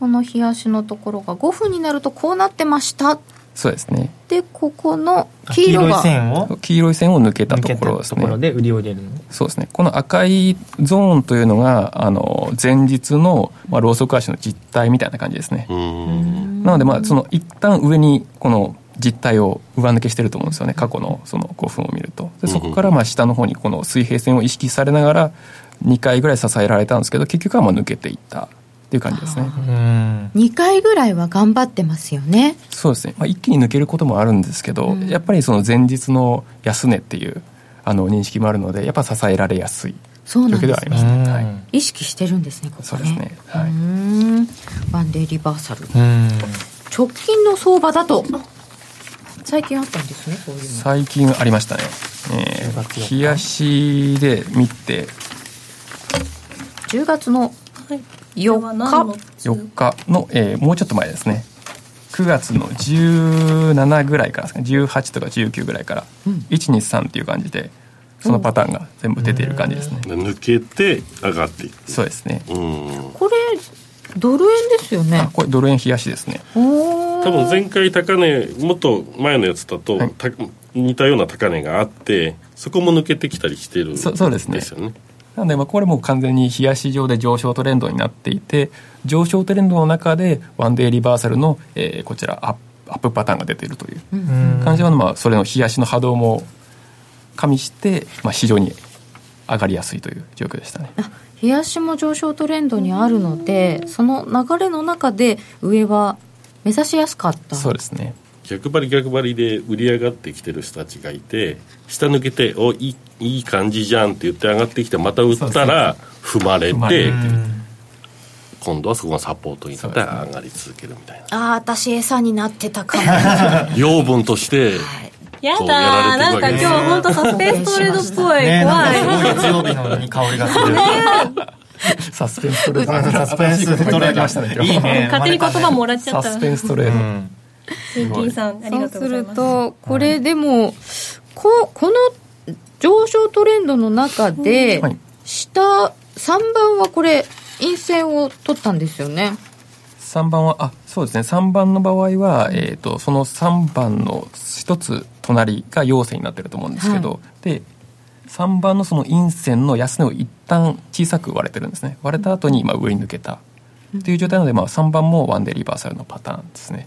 [SPEAKER 1] この冷やしのところが5分になるとこうなってました
[SPEAKER 4] そうですね
[SPEAKER 1] でここの
[SPEAKER 5] うん。
[SPEAKER 1] 黄
[SPEAKER 5] 黄
[SPEAKER 1] 色
[SPEAKER 5] 色い
[SPEAKER 1] が
[SPEAKER 5] 線を
[SPEAKER 4] 黄色い線を抜けた
[SPEAKER 5] 抜
[SPEAKER 4] と
[SPEAKER 5] け
[SPEAKER 4] こ
[SPEAKER 5] た
[SPEAKER 4] ろです
[SPEAKER 5] と
[SPEAKER 4] ね
[SPEAKER 5] ころで売りを入れるの。
[SPEAKER 4] そうですねこの赤いゾーンというのがあの前日の、まあ、ローソク足の実態みたいな感じですね、
[SPEAKER 2] うん
[SPEAKER 4] なのでまあその一旦上にこの実態を上抜けしてると思うんですよね過去のその5分を見るとでそこからまあ下の方にこの水平線を意識されながら2回ぐらい支えられたんですけど結局はまあ抜けていったっていう感じですね
[SPEAKER 5] うん。
[SPEAKER 1] 2回ぐらいは頑張ってますよね
[SPEAKER 4] そうですね、まあ、一気に抜けることもあるんですけど、
[SPEAKER 1] うん
[SPEAKER 4] やっぱりその前日の安値っていうあの認識もあるのでやっぱ支えられやすい
[SPEAKER 1] そうなん
[SPEAKER 4] 状況
[SPEAKER 1] で
[SPEAKER 4] ではあ
[SPEAKER 1] す
[SPEAKER 4] り
[SPEAKER 1] ね
[SPEAKER 4] ますね、はい
[SPEAKER 5] うん
[SPEAKER 1] 意識してるんですねここね
[SPEAKER 4] そうですねはい
[SPEAKER 1] うんワンデーリバーサル
[SPEAKER 5] うん。
[SPEAKER 1] 直近の相場だと最近あったんですねこういうの
[SPEAKER 4] 最近ありましたね、え
[SPEAKER 5] 10月
[SPEAKER 4] ー、
[SPEAKER 5] 4日
[SPEAKER 4] 冷やしで見て
[SPEAKER 1] 10月の
[SPEAKER 3] はい。
[SPEAKER 1] 4
[SPEAKER 3] は何の
[SPEAKER 1] 日
[SPEAKER 4] 4日の、えーもうちょっと前ですね9月の17ぐらいからですかね18とか19ぐらいから、123っていう感じでそのパターンが全部出ている感じですね、
[SPEAKER 2] で抜けて上がっていく
[SPEAKER 4] そうですね
[SPEAKER 2] うん
[SPEAKER 1] これドル円ですよね
[SPEAKER 4] あこれドル円冷やしですね
[SPEAKER 1] おー
[SPEAKER 2] 多分前回高値もっと前のやつだと、
[SPEAKER 4] はい
[SPEAKER 2] た似たような高値があってそこも抜けてきたりしてる
[SPEAKER 4] そそうですね
[SPEAKER 2] ですよね
[SPEAKER 4] なのでまあこれもう完全に冷やし上で上昇トレンドになっていて上昇トレンドの中でワンデーリバーサルの、えーこちらアップアップパターンが出ているという
[SPEAKER 5] うん
[SPEAKER 4] 感じはまあそれの冷やしの波動も加味して、まあ、非常に上がりやすいという状況でしたね。
[SPEAKER 1] 冷やしも上昇トレンドにあるのでその流れの中で上は目指しやすかった
[SPEAKER 4] そうですね。
[SPEAKER 2] 逆張り逆張りで売り上がってきてる人たちがいて下抜けて「おいいいい感じじゃん」って言って上がってきてまた売ったら踏まれ
[SPEAKER 4] 踏まれ
[SPEAKER 2] て
[SPEAKER 4] て
[SPEAKER 2] 今度はそこがサポートになって上がり続けるみたいな、
[SPEAKER 1] ああ私餌になってたかも
[SPEAKER 2] 養分として
[SPEAKER 3] やだ
[SPEAKER 2] そ
[SPEAKER 3] ー
[SPEAKER 2] うやられてる
[SPEAKER 3] なん
[SPEAKER 2] わ
[SPEAKER 3] か
[SPEAKER 2] けで
[SPEAKER 3] 今
[SPEAKER 2] すね
[SPEAKER 3] 日本当サスペンストレードっぽい。怖
[SPEAKER 5] ねなんかすごい
[SPEAKER 3] い。
[SPEAKER 5] 月曜日のに香りがする。
[SPEAKER 4] サスペンスト レード。
[SPEAKER 5] サスペンストレード
[SPEAKER 4] ましたね。今日
[SPEAKER 5] いいね。
[SPEAKER 3] 勝手に言葉もらっちゃ
[SPEAKER 4] サ
[SPEAKER 3] った。
[SPEAKER 4] ス
[SPEAKER 3] ミ
[SPEAKER 4] ペンストレード。
[SPEAKER 5] うん。
[SPEAKER 3] ーキーさん、あり
[SPEAKER 1] そ
[SPEAKER 3] が
[SPEAKER 1] うす
[SPEAKER 3] とうござい
[SPEAKER 1] る
[SPEAKER 3] ます。
[SPEAKER 1] とこれでもここの上昇トレンドの中で、
[SPEAKER 4] はい
[SPEAKER 1] 下3番はこれ陰線を取ったんですよね
[SPEAKER 4] 3番はあそうですね3番の場合は、えー、とその3番の一つ隣が陽線になってると思うんですけど、
[SPEAKER 1] は
[SPEAKER 4] で3番のその陰線の安値を一旦小さく割れてるんですね割れた後に今上に抜けたっていう状態なので、まあ、3番もワンデーリバーサルのパターンですね、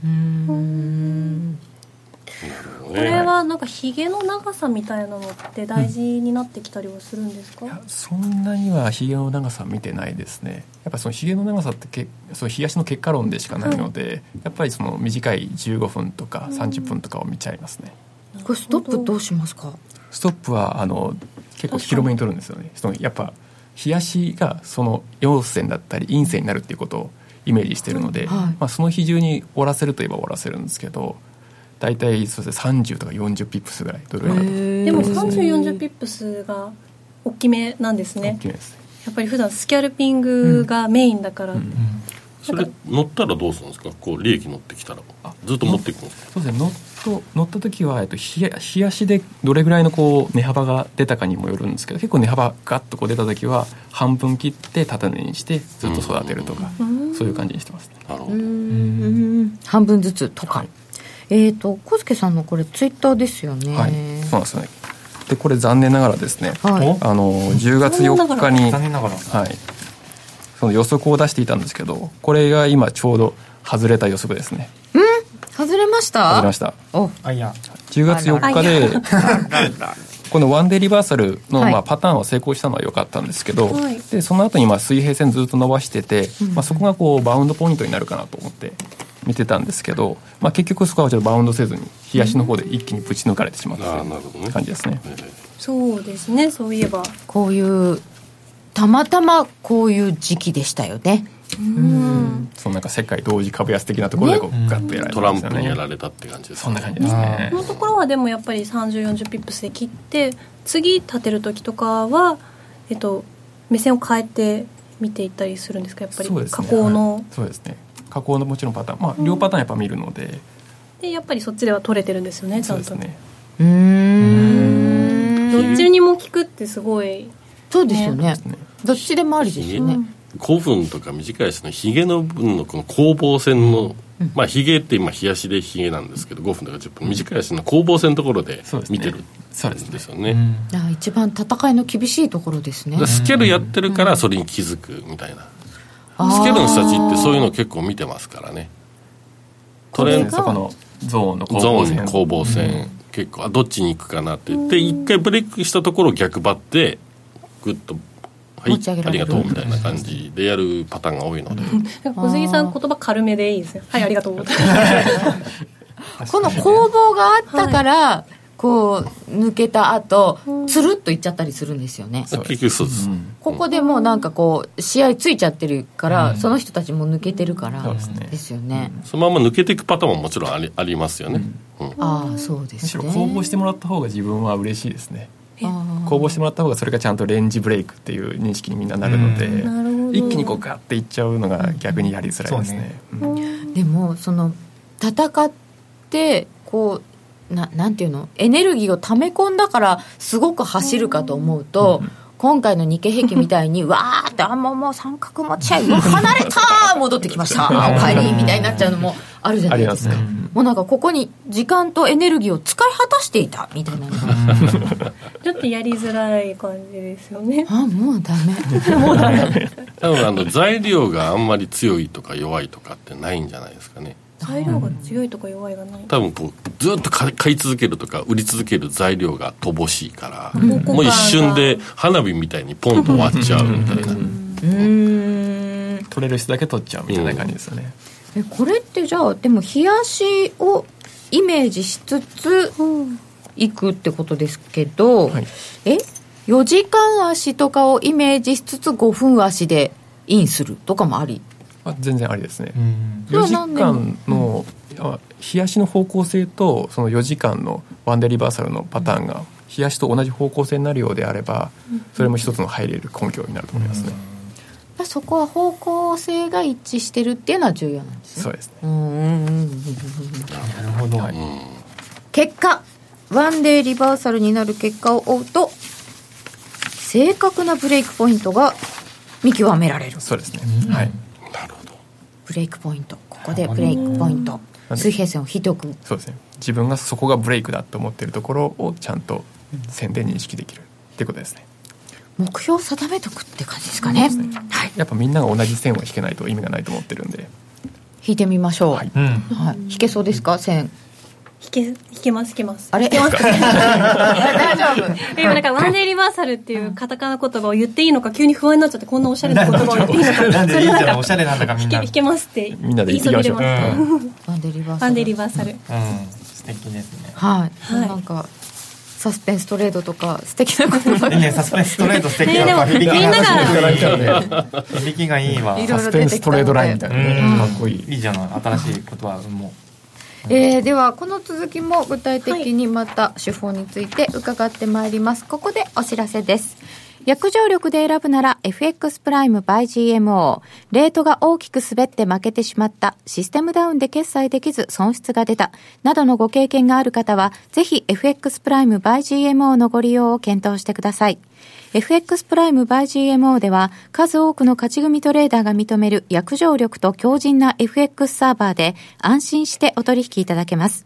[SPEAKER 3] これはなんかひげの長さみたいなのって大事になってきたりはするんですか、
[SPEAKER 4] そんなにはひげの長さ見てないですねやっぱそのひげの長さってけその東の結果論でしかないので、やっぱりその短い15分とか30分とかを見ちゃいますね、
[SPEAKER 1] これストップどうしますか
[SPEAKER 4] ストップはあの結構広めに取るんですよねそのやっぱ冷やしがその陽線だったり陰線になるっていうことをイメージしてるの
[SPEAKER 1] は
[SPEAKER 4] で、
[SPEAKER 1] い
[SPEAKER 4] まあ、その比重に終わらせるといえば終わらせるんですけど大体そうですね30とか40ピップスぐらいどれぐらいだと
[SPEAKER 3] でも
[SPEAKER 4] そうですね
[SPEAKER 3] 3040ピップスが大きめなんです
[SPEAKER 4] 大
[SPEAKER 3] ね
[SPEAKER 4] きいですね
[SPEAKER 3] やっぱり普段スキャルピングがメインだから、
[SPEAKER 4] うん
[SPEAKER 2] それ乗ったらどうするんですかこう利益乗ってきたら
[SPEAKER 4] あ
[SPEAKER 2] ずっと持っていくんですか
[SPEAKER 4] そうですね乗っと乗った時は、えっと、冷や冷やしでどれぐらいのこう値幅が出たかにもよるんですけど結構値幅ガッとこう出た時は半分切って縦根にしてずっと育てるとか、
[SPEAKER 3] うん
[SPEAKER 4] そういう感じにしてますね、
[SPEAKER 2] なるほ
[SPEAKER 1] う
[SPEAKER 2] ど、
[SPEAKER 1] んうん半分ずつとか、えっ、と小助さんのこれツイッターですよね
[SPEAKER 4] はいそうなんですよねでこれ残念ながらですね
[SPEAKER 1] はい
[SPEAKER 5] お
[SPEAKER 4] あの10月
[SPEAKER 3] 残念な
[SPEAKER 4] 4
[SPEAKER 3] が
[SPEAKER 4] 日
[SPEAKER 3] ら
[SPEAKER 4] に
[SPEAKER 5] 残念ながら
[SPEAKER 4] はい、その予測を出していたんですけどこれが今ちょうど外れた予測ですね
[SPEAKER 1] 外れました
[SPEAKER 4] 外れました
[SPEAKER 1] お
[SPEAKER 5] あいや
[SPEAKER 4] 10月4日でこのワンデーリバーサルの
[SPEAKER 1] はい
[SPEAKER 4] まあパターンは成功したのは良かったんですけど、
[SPEAKER 3] はい
[SPEAKER 4] でその後にまあ水平線ずっと伸ばしてて、まあ、そこがこうバウンドポイントになるかなと思って見てたんですけど、まあ、結局そこはちょっとバウンドせずに東の方で一気にぶち抜かれてしまった
[SPEAKER 2] ああ
[SPEAKER 4] と
[SPEAKER 2] ないるほどね
[SPEAKER 4] う感じですね。
[SPEAKER 2] ええ
[SPEAKER 3] そうですねそういえば
[SPEAKER 1] こういうたまたまこういう時期でしたよね
[SPEAKER 3] うん
[SPEAKER 4] そのなんか世界同時株安的なところでこうガッとやられ
[SPEAKER 2] ト
[SPEAKER 4] てま
[SPEAKER 2] ラ
[SPEAKER 4] し
[SPEAKER 2] ン
[SPEAKER 4] た
[SPEAKER 2] プ
[SPEAKER 4] ね
[SPEAKER 2] にやられたって感じです
[SPEAKER 4] そんな感じ
[SPEAKER 5] あ
[SPEAKER 4] です
[SPEAKER 5] ー
[SPEAKER 4] ね
[SPEAKER 3] このところはでもやっぱり3040ピップスで切って次立てる時とかは、えっと、目線を変えて見ていったりするんですかやっぱり
[SPEAKER 4] そうです
[SPEAKER 3] 加
[SPEAKER 4] ね
[SPEAKER 3] 工の、
[SPEAKER 4] はいそうですね加工のもちろんパターンまあ両パターンやっぱ見るので、
[SPEAKER 3] でやっぱりそっちでは取れてるんですよねち
[SPEAKER 4] そ
[SPEAKER 3] ゃ
[SPEAKER 4] うんです
[SPEAKER 3] と、
[SPEAKER 4] ね
[SPEAKER 1] うーん
[SPEAKER 3] どっちにも効くってすごい
[SPEAKER 1] そうですよね
[SPEAKER 4] ね
[SPEAKER 1] どっちでもありですよね、
[SPEAKER 2] 5分とか短いですねひげの分のこの攻防戦の、まあひげって今冷やしでひげなんですけど5分とか10分短い足の攻防戦のところで
[SPEAKER 4] そうですね
[SPEAKER 2] 見てるん
[SPEAKER 4] そうですね
[SPEAKER 2] ですよね
[SPEAKER 1] ああ一番戦いの厳しいところですね
[SPEAKER 2] だからスキャルやってるからそれに気づくみたいな、スキャルの人たちってそういうの結構見てますからねトレンド
[SPEAKER 4] そこのゾーンの攻
[SPEAKER 2] ゾ
[SPEAKER 4] 防
[SPEAKER 2] ー
[SPEAKER 4] 戦
[SPEAKER 2] ン攻防戦、結構あどっちに行くかなって言って一回ブレイクしたところを逆張ってグッと「はい
[SPEAKER 1] 持ち上げら
[SPEAKER 2] あ
[SPEAKER 1] れ
[SPEAKER 2] り
[SPEAKER 1] る
[SPEAKER 2] がとう」みたいな感じでやるパターンが多いので、
[SPEAKER 3] 小杉さん言葉軽めでいいですねはいありがとう
[SPEAKER 1] この攻防があったから、こう抜けた後つるっといっちゃったりするんですよね
[SPEAKER 2] 結局そうです、
[SPEAKER 1] ここでもうなんかこう試合ついちゃってるから、その人たちも抜けてるから
[SPEAKER 4] そうですね
[SPEAKER 1] ですよね、
[SPEAKER 2] そのまま抜けていくパターンももちろんありありますよね、うん
[SPEAKER 1] ああそうで
[SPEAKER 4] むし
[SPEAKER 1] す
[SPEAKER 4] ろ
[SPEAKER 1] ね
[SPEAKER 4] 攻防してもらった方が自分は嬉しいですね
[SPEAKER 1] ああ
[SPEAKER 4] 攻防してもらった方がそれがちゃんとレンジブレイクっていう認識にみんななるので、
[SPEAKER 5] うん
[SPEAKER 3] なるほど
[SPEAKER 4] 一気にこうガッていっちゃうのが逆にやりづらいですね,うん、
[SPEAKER 1] でもその戦ってこうななんていうのエネルギーを溜め込んだからすごく走るかと思うと、今回の日経平均みた いにわーってあもうもう三角持ち合いうわ離れた ー戻ってきましたあお帰りみたいになっちゃうのもあるじゃ
[SPEAKER 4] あ
[SPEAKER 1] ない
[SPEAKER 4] り
[SPEAKER 1] で
[SPEAKER 4] ますす
[SPEAKER 1] か
[SPEAKER 4] ね、
[SPEAKER 1] もうなんかここに時間とエネルギーを使い果たしていたみたいなのが
[SPEAKER 3] ちょっとやりづらい感じですよね
[SPEAKER 1] あもうダメ
[SPEAKER 2] 多分あの材料があんまり強いとか弱いとかってないんじゃないですかね
[SPEAKER 3] 材料が強いとか弱いがない
[SPEAKER 2] 多分こうずっと買い買い続けるとか売り続ける材料が乏しいから、
[SPEAKER 3] ん
[SPEAKER 2] もう一瞬で花火みたいにポンと割っちゃうみたいな、
[SPEAKER 1] うーん
[SPEAKER 4] 取れる人だけ取っちゃうみたいな感じですよね、
[SPEAKER 1] えこれってじゃあでも冷やしをイメージしつつ行くってことですけど、
[SPEAKER 4] はい
[SPEAKER 1] え4時間足とかをイメージしつつ5分足でインするとかもあり
[SPEAKER 4] あ全然ありですね、
[SPEAKER 5] うん
[SPEAKER 1] それ
[SPEAKER 4] 4
[SPEAKER 1] は
[SPEAKER 4] 時
[SPEAKER 1] 何年
[SPEAKER 4] 間のあ冷やしの方向性とその4時間のワンデーリバーサルのパターンが冷やしと同じ方向性になるようであればそれも一つの入れる根拠になると思いますね、
[SPEAKER 1] そこは方向性が一致してるっていうのは重要なんですね
[SPEAKER 4] そうですね
[SPEAKER 1] うーん
[SPEAKER 5] なるほど
[SPEAKER 4] はい
[SPEAKER 1] 結果ワンデーリバーサルになる結果を追うと正確なブレイクポイントが見極められる
[SPEAKER 4] そうですね、はい
[SPEAKER 2] なるほど
[SPEAKER 1] ブレイクポイントここでブレイクポイント
[SPEAKER 4] うん
[SPEAKER 1] 水平線を引いておく
[SPEAKER 4] そうですね自分がそこがブレイクだと思っているところをちゃんと宣伝認識できるっていうことですね
[SPEAKER 1] 目標を定めとくって感じですかねはい
[SPEAKER 4] やっぱみんなが同じ線は引けないと意味がないと思ってるんで
[SPEAKER 1] 引いてみましょう、は
[SPEAKER 4] はいい
[SPEAKER 5] うん
[SPEAKER 1] 引けそうですか線
[SPEAKER 3] 弾け弾けます弾けます
[SPEAKER 1] あれ大丈夫
[SPEAKER 3] でもなんかワンデーリバーサルっていうカタカナ言葉を言っていいのか急に不安になっちゃってこんなおしゃれな言葉を言っていいのか
[SPEAKER 5] なんでいいじゃんおしゃれなんだからみ
[SPEAKER 3] 弾
[SPEAKER 5] ん
[SPEAKER 3] け
[SPEAKER 5] な
[SPEAKER 3] 弾けますって
[SPEAKER 4] みんなで言ってきましょう
[SPEAKER 3] 言いそびれます
[SPEAKER 1] ワンデーリバーサル
[SPEAKER 3] ワンデーリバーサル
[SPEAKER 5] うん素敵ですね
[SPEAKER 1] はい、
[SPEAKER 3] はい
[SPEAKER 1] なんか
[SPEAKER 8] サスペンストレードとか素敵なことばっかり
[SPEAKER 5] ね、サスペンストレート素敵
[SPEAKER 3] ね
[SPEAKER 5] や
[SPEAKER 3] で
[SPEAKER 5] っ
[SPEAKER 3] も
[SPEAKER 5] ぱ響きが
[SPEAKER 3] みんな
[SPEAKER 5] 響きがいい
[SPEAKER 4] が
[SPEAKER 5] 響きがいいわ
[SPEAKER 8] いろいろ
[SPEAKER 4] サスペンストレードラインみたいな
[SPEAKER 5] う
[SPEAKER 4] ね
[SPEAKER 5] ん
[SPEAKER 4] かっこいい
[SPEAKER 5] いいじゃない新しい言葉も
[SPEAKER 8] えーではこの続きも具体的にまた手法について伺ってまいります、ここでお知らせです約定力で選ぶなら FX プライム by GMO レートが大きく滑って負けてしまったシステムダウンで決済できず損失が出たなどのご経験がある方はぜひ FX プライム by GMO のご利用を検討してください FX プライム by GMO では数多くの勝ち組トレーダーが認める約定力と強靭な FX サーバーで安心してお取引いただけます。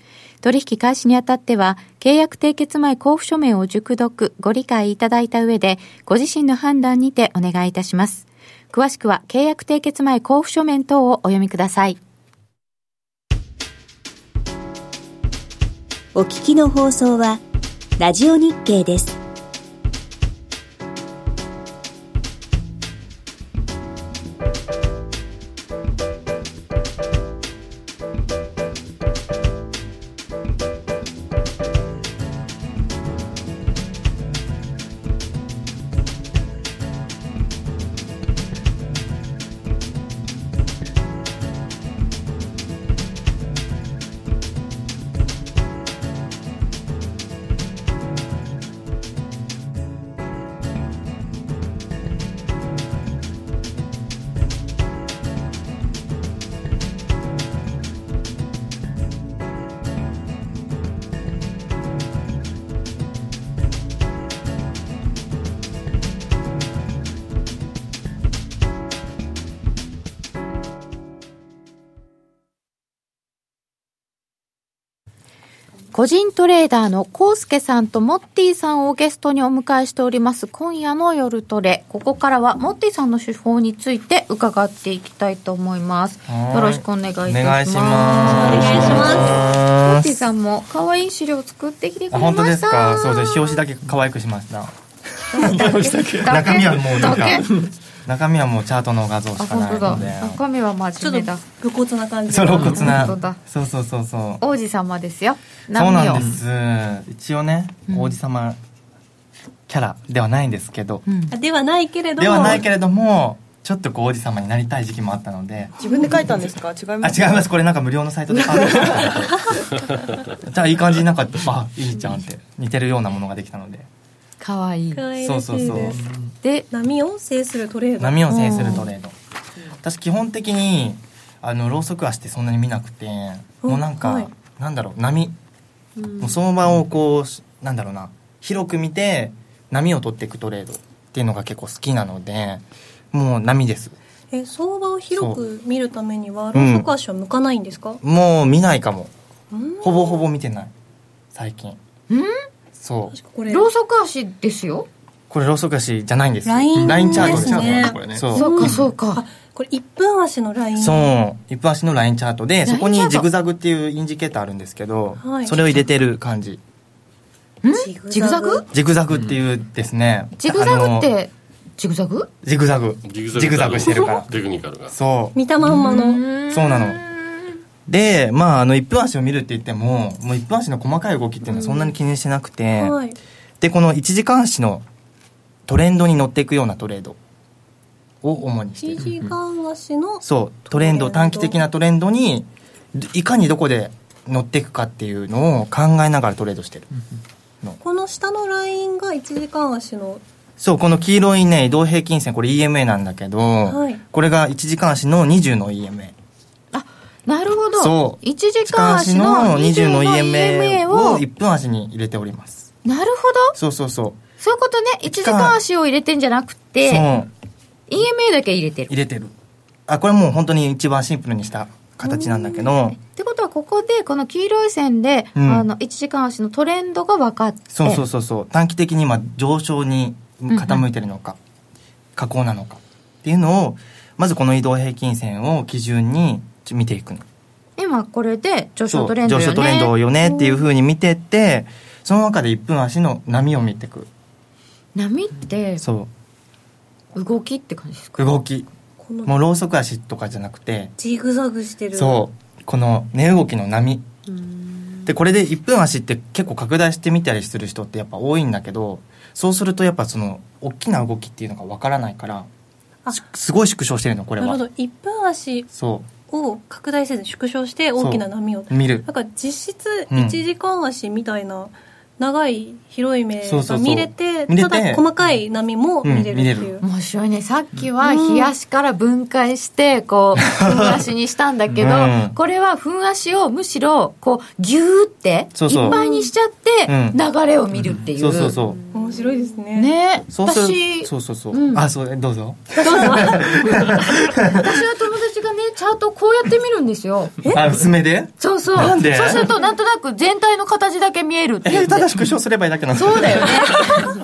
[SPEAKER 8] 取引開始にあたっては契約締結前交付書面を熟読ご理解いただいた上でご自身の判断にてお願いいたします詳しくは契約締結前交付書面等をお読みください
[SPEAKER 1] お聞きの放送はラジオ日経です。
[SPEAKER 8] 個人トレーダーのコウスケさんとモッティさんをゲストにお迎えしております今夜の夜トレここからはモッティさんの手法について伺っていきたいと思います
[SPEAKER 5] はい
[SPEAKER 8] よろしくお願いいたします
[SPEAKER 5] お願いします
[SPEAKER 3] お願いします
[SPEAKER 8] モッ
[SPEAKER 5] ま
[SPEAKER 8] ティさんも可愛い資料を作ってきてくれました
[SPEAKER 5] あ本当ですかそうです表紙だけ可愛くしました
[SPEAKER 8] だけ
[SPEAKER 5] 中身はもうなんか
[SPEAKER 8] だけ
[SPEAKER 5] 中身はもうチャートの画像し
[SPEAKER 8] あ
[SPEAKER 5] か
[SPEAKER 8] 本
[SPEAKER 5] ない
[SPEAKER 8] 当だ
[SPEAKER 5] ので
[SPEAKER 8] 中身は
[SPEAKER 3] ち
[SPEAKER 8] 真
[SPEAKER 3] ょ
[SPEAKER 8] 面
[SPEAKER 3] っ
[SPEAKER 8] 目だ
[SPEAKER 3] と露骨な感じ
[SPEAKER 5] そう露骨な
[SPEAKER 8] 本当だ
[SPEAKER 5] そうそうそうそう
[SPEAKER 8] 王子様ですよ
[SPEAKER 5] そう
[SPEAKER 8] 波
[SPEAKER 5] な
[SPEAKER 8] を
[SPEAKER 5] んです一応ね王子様キャラではないんですけど
[SPEAKER 8] うん
[SPEAKER 3] あではないけれども
[SPEAKER 5] ではないけれどもちょっとこう王子様になりたい時期もあったので
[SPEAKER 7] 自分で書いたんですか違い
[SPEAKER 5] あ
[SPEAKER 7] ます
[SPEAKER 5] 違いますこれなんか無料のサイ トで買うんですけどじゃあいい感じになんかあいいじゃんって似てるようなものができたので
[SPEAKER 8] 可愛い
[SPEAKER 3] 可愛
[SPEAKER 5] そ
[SPEAKER 3] ら
[SPEAKER 5] う
[SPEAKER 3] し
[SPEAKER 5] そう
[SPEAKER 3] い
[SPEAKER 5] そう
[SPEAKER 3] です
[SPEAKER 8] で
[SPEAKER 3] 波を制するトレード
[SPEAKER 5] 波を制するトレード私基本的にあのろうそく足ってそんなに見なくてもうなんか、
[SPEAKER 3] はい
[SPEAKER 5] なんだろう波もうその場をこうなんだろうな広く見て波を取っていくトレードっていうのが結構好きなのでもう波です
[SPEAKER 3] え相場を広く見るためには
[SPEAKER 5] そ
[SPEAKER 3] ロ
[SPEAKER 5] ううん
[SPEAKER 3] ーソク足は向かないんですか、
[SPEAKER 5] もう見ないかも
[SPEAKER 3] うん、
[SPEAKER 5] ほぼほぼ見てない最近
[SPEAKER 8] うん
[SPEAKER 5] そう
[SPEAKER 3] 確かこれ
[SPEAKER 8] ろうそく足ですよ
[SPEAKER 5] これローソク足じゃないんです
[SPEAKER 3] ライン
[SPEAKER 5] ラインチャート
[SPEAKER 3] ですね
[SPEAKER 5] ですそう
[SPEAKER 8] そうかそうか
[SPEAKER 3] あこれ1分足のライン
[SPEAKER 5] そう一分足のラインチャートで
[SPEAKER 8] ラインチャー
[SPEAKER 5] そ
[SPEAKER 8] ト
[SPEAKER 5] こにジグザグっていうインジケーターあるんですけど、
[SPEAKER 3] はい
[SPEAKER 5] それを入れてる感じ
[SPEAKER 8] ん
[SPEAKER 3] ジグザグ
[SPEAKER 8] ジグザ
[SPEAKER 5] ジグザグっ
[SPEAKER 8] グ
[SPEAKER 5] ていうですね、
[SPEAKER 8] ジグザグっ
[SPEAKER 5] あの
[SPEAKER 8] てジグザグ
[SPEAKER 5] ジグザグ
[SPEAKER 2] ジグザグ
[SPEAKER 5] ジグザグしてるから
[SPEAKER 2] テクニカルが
[SPEAKER 5] そう
[SPEAKER 3] 見たまんまの
[SPEAKER 5] そうなのでまああの一分足を見るって言ってももう一分足の細かい動きっていうのはそんなに気にしてなくて、
[SPEAKER 3] はい
[SPEAKER 5] でこの一時間足のトレンドに乗っていくようなトレードを主にしてる
[SPEAKER 3] 1時間足の
[SPEAKER 5] そうトレン
[SPEAKER 3] トレ
[SPEAKER 5] ド
[SPEAKER 3] ンド
[SPEAKER 5] 短期的なトレンドにどいかにどこで乗っていくかっていうのを考えながらトレードしてる、
[SPEAKER 3] この下のラインが1時間足の
[SPEAKER 5] そうこの黄色いね移動平均線これ EMA なんだけど、
[SPEAKER 3] はい
[SPEAKER 5] これが1時間足の20の EMA
[SPEAKER 8] なるほど
[SPEAKER 5] そう
[SPEAKER 8] 1時間足の20の EMA を
[SPEAKER 5] を1分足に入れております
[SPEAKER 8] なるほど
[SPEAKER 5] そうそうそ
[SPEAKER 8] そういうことね1時間足を入れてんじゃなく
[SPEAKER 5] うそ
[SPEAKER 8] て
[SPEAKER 5] う
[SPEAKER 8] EMA だけ入れてる
[SPEAKER 5] 入れてるあこれもう本当に一番シンプルにした形なんだけど、
[SPEAKER 1] ってことはここでこの黄色い線で、
[SPEAKER 5] うん
[SPEAKER 1] あの1時間足のトレンドが分かって
[SPEAKER 5] そうそうそうそう短期的に今上昇に傾いてるのか、下降なのかっていうのをまずこの移動平均線を基準にちょ見ていくの
[SPEAKER 1] 今これで上
[SPEAKER 5] そ
[SPEAKER 1] 昇
[SPEAKER 5] う
[SPEAKER 1] トレンドよ
[SPEAKER 5] 上
[SPEAKER 1] ね
[SPEAKER 5] 昇トレンドよねっていうふうに見てってその中で1分足の波を見ていく
[SPEAKER 1] 波って
[SPEAKER 5] そ
[SPEAKER 1] 動きって感じです
[SPEAKER 5] う
[SPEAKER 1] か
[SPEAKER 5] 動き
[SPEAKER 3] この
[SPEAKER 5] もうローソク足とかじゃなくて
[SPEAKER 3] ジグザグしてる
[SPEAKER 5] そうこの値動きの波
[SPEAKER 1] うーん
[SPEAKER 5] でこれで1分足って結構拡大してみたりする人ってやっぱ多いんだけどそうするとやっぱその大きな動きっていうのがわからないから
[SPEAKER 3] あ
[SPEAKER 5] しすごい縮小してるのこれ
[SPEAKER 3] なるほど
[SPEAKER 5] は
[SPEAKER 3] 1分足
[SPEAKER 5] そ
[SPEAKER 3] を拡大せず縮小して大きな波を
[SPEAKER 5] う見る
[SPEAKER 3] なんか実質
[SPEAKER 5] うん
[SPEAKER 3] 1時間足みたいな長い広い目
[SPEAKER 5] そうそ
[SPEAKER 3] が
[SPEAKER 5] うそう
[SPEAKER 3] 見れて
[SPEAKER 5] 見れ
[SPEAKER 3] た
[SPEAKER 5] て
[SPEAKER 3] だ細かい波も見れるっていう、
[SPEAKER 1] 面白いねさっきは冷やしから分解して こう粉足にしたんだけど、
[SPEAKER 5] うん
[SPEAKER 1] これは粉足をむしろこうギューって
[SPEAKER 5] そうそう
[SPEAKER 1] いっぱいにしちゃって
[SPEAKER 5] うん
[SPEAKER 1] 流れを見るっていう、
[SPEAKER 5] そうそうそう
[SPEAKER 3] 面白いですね
[SPEAKER 1] ね
[SPEAKER 5] そうす
[SPEAKER 1] 私
[SPEAKER 5] るそうそうそう、
[SPEAKER 1] うん
[SPEAKER 5] あそうどうぞ
[SPEAKER 1] 私は友達がねチャートをこうやって見るんですよ
[SPEAKER 5] あ薄めで
[SPEAKER 1] そうそう
[SPEAKER 5] なんで
[SPEAKER 1] そうするとなんとなく全体の形だけ見える ってい
[SPEAKER 5] え
[SPEAKER 1] う
[SPEAKER 5] ただ縮小すればいいだけなの
[SPEAKER 1] そうだよね私だなと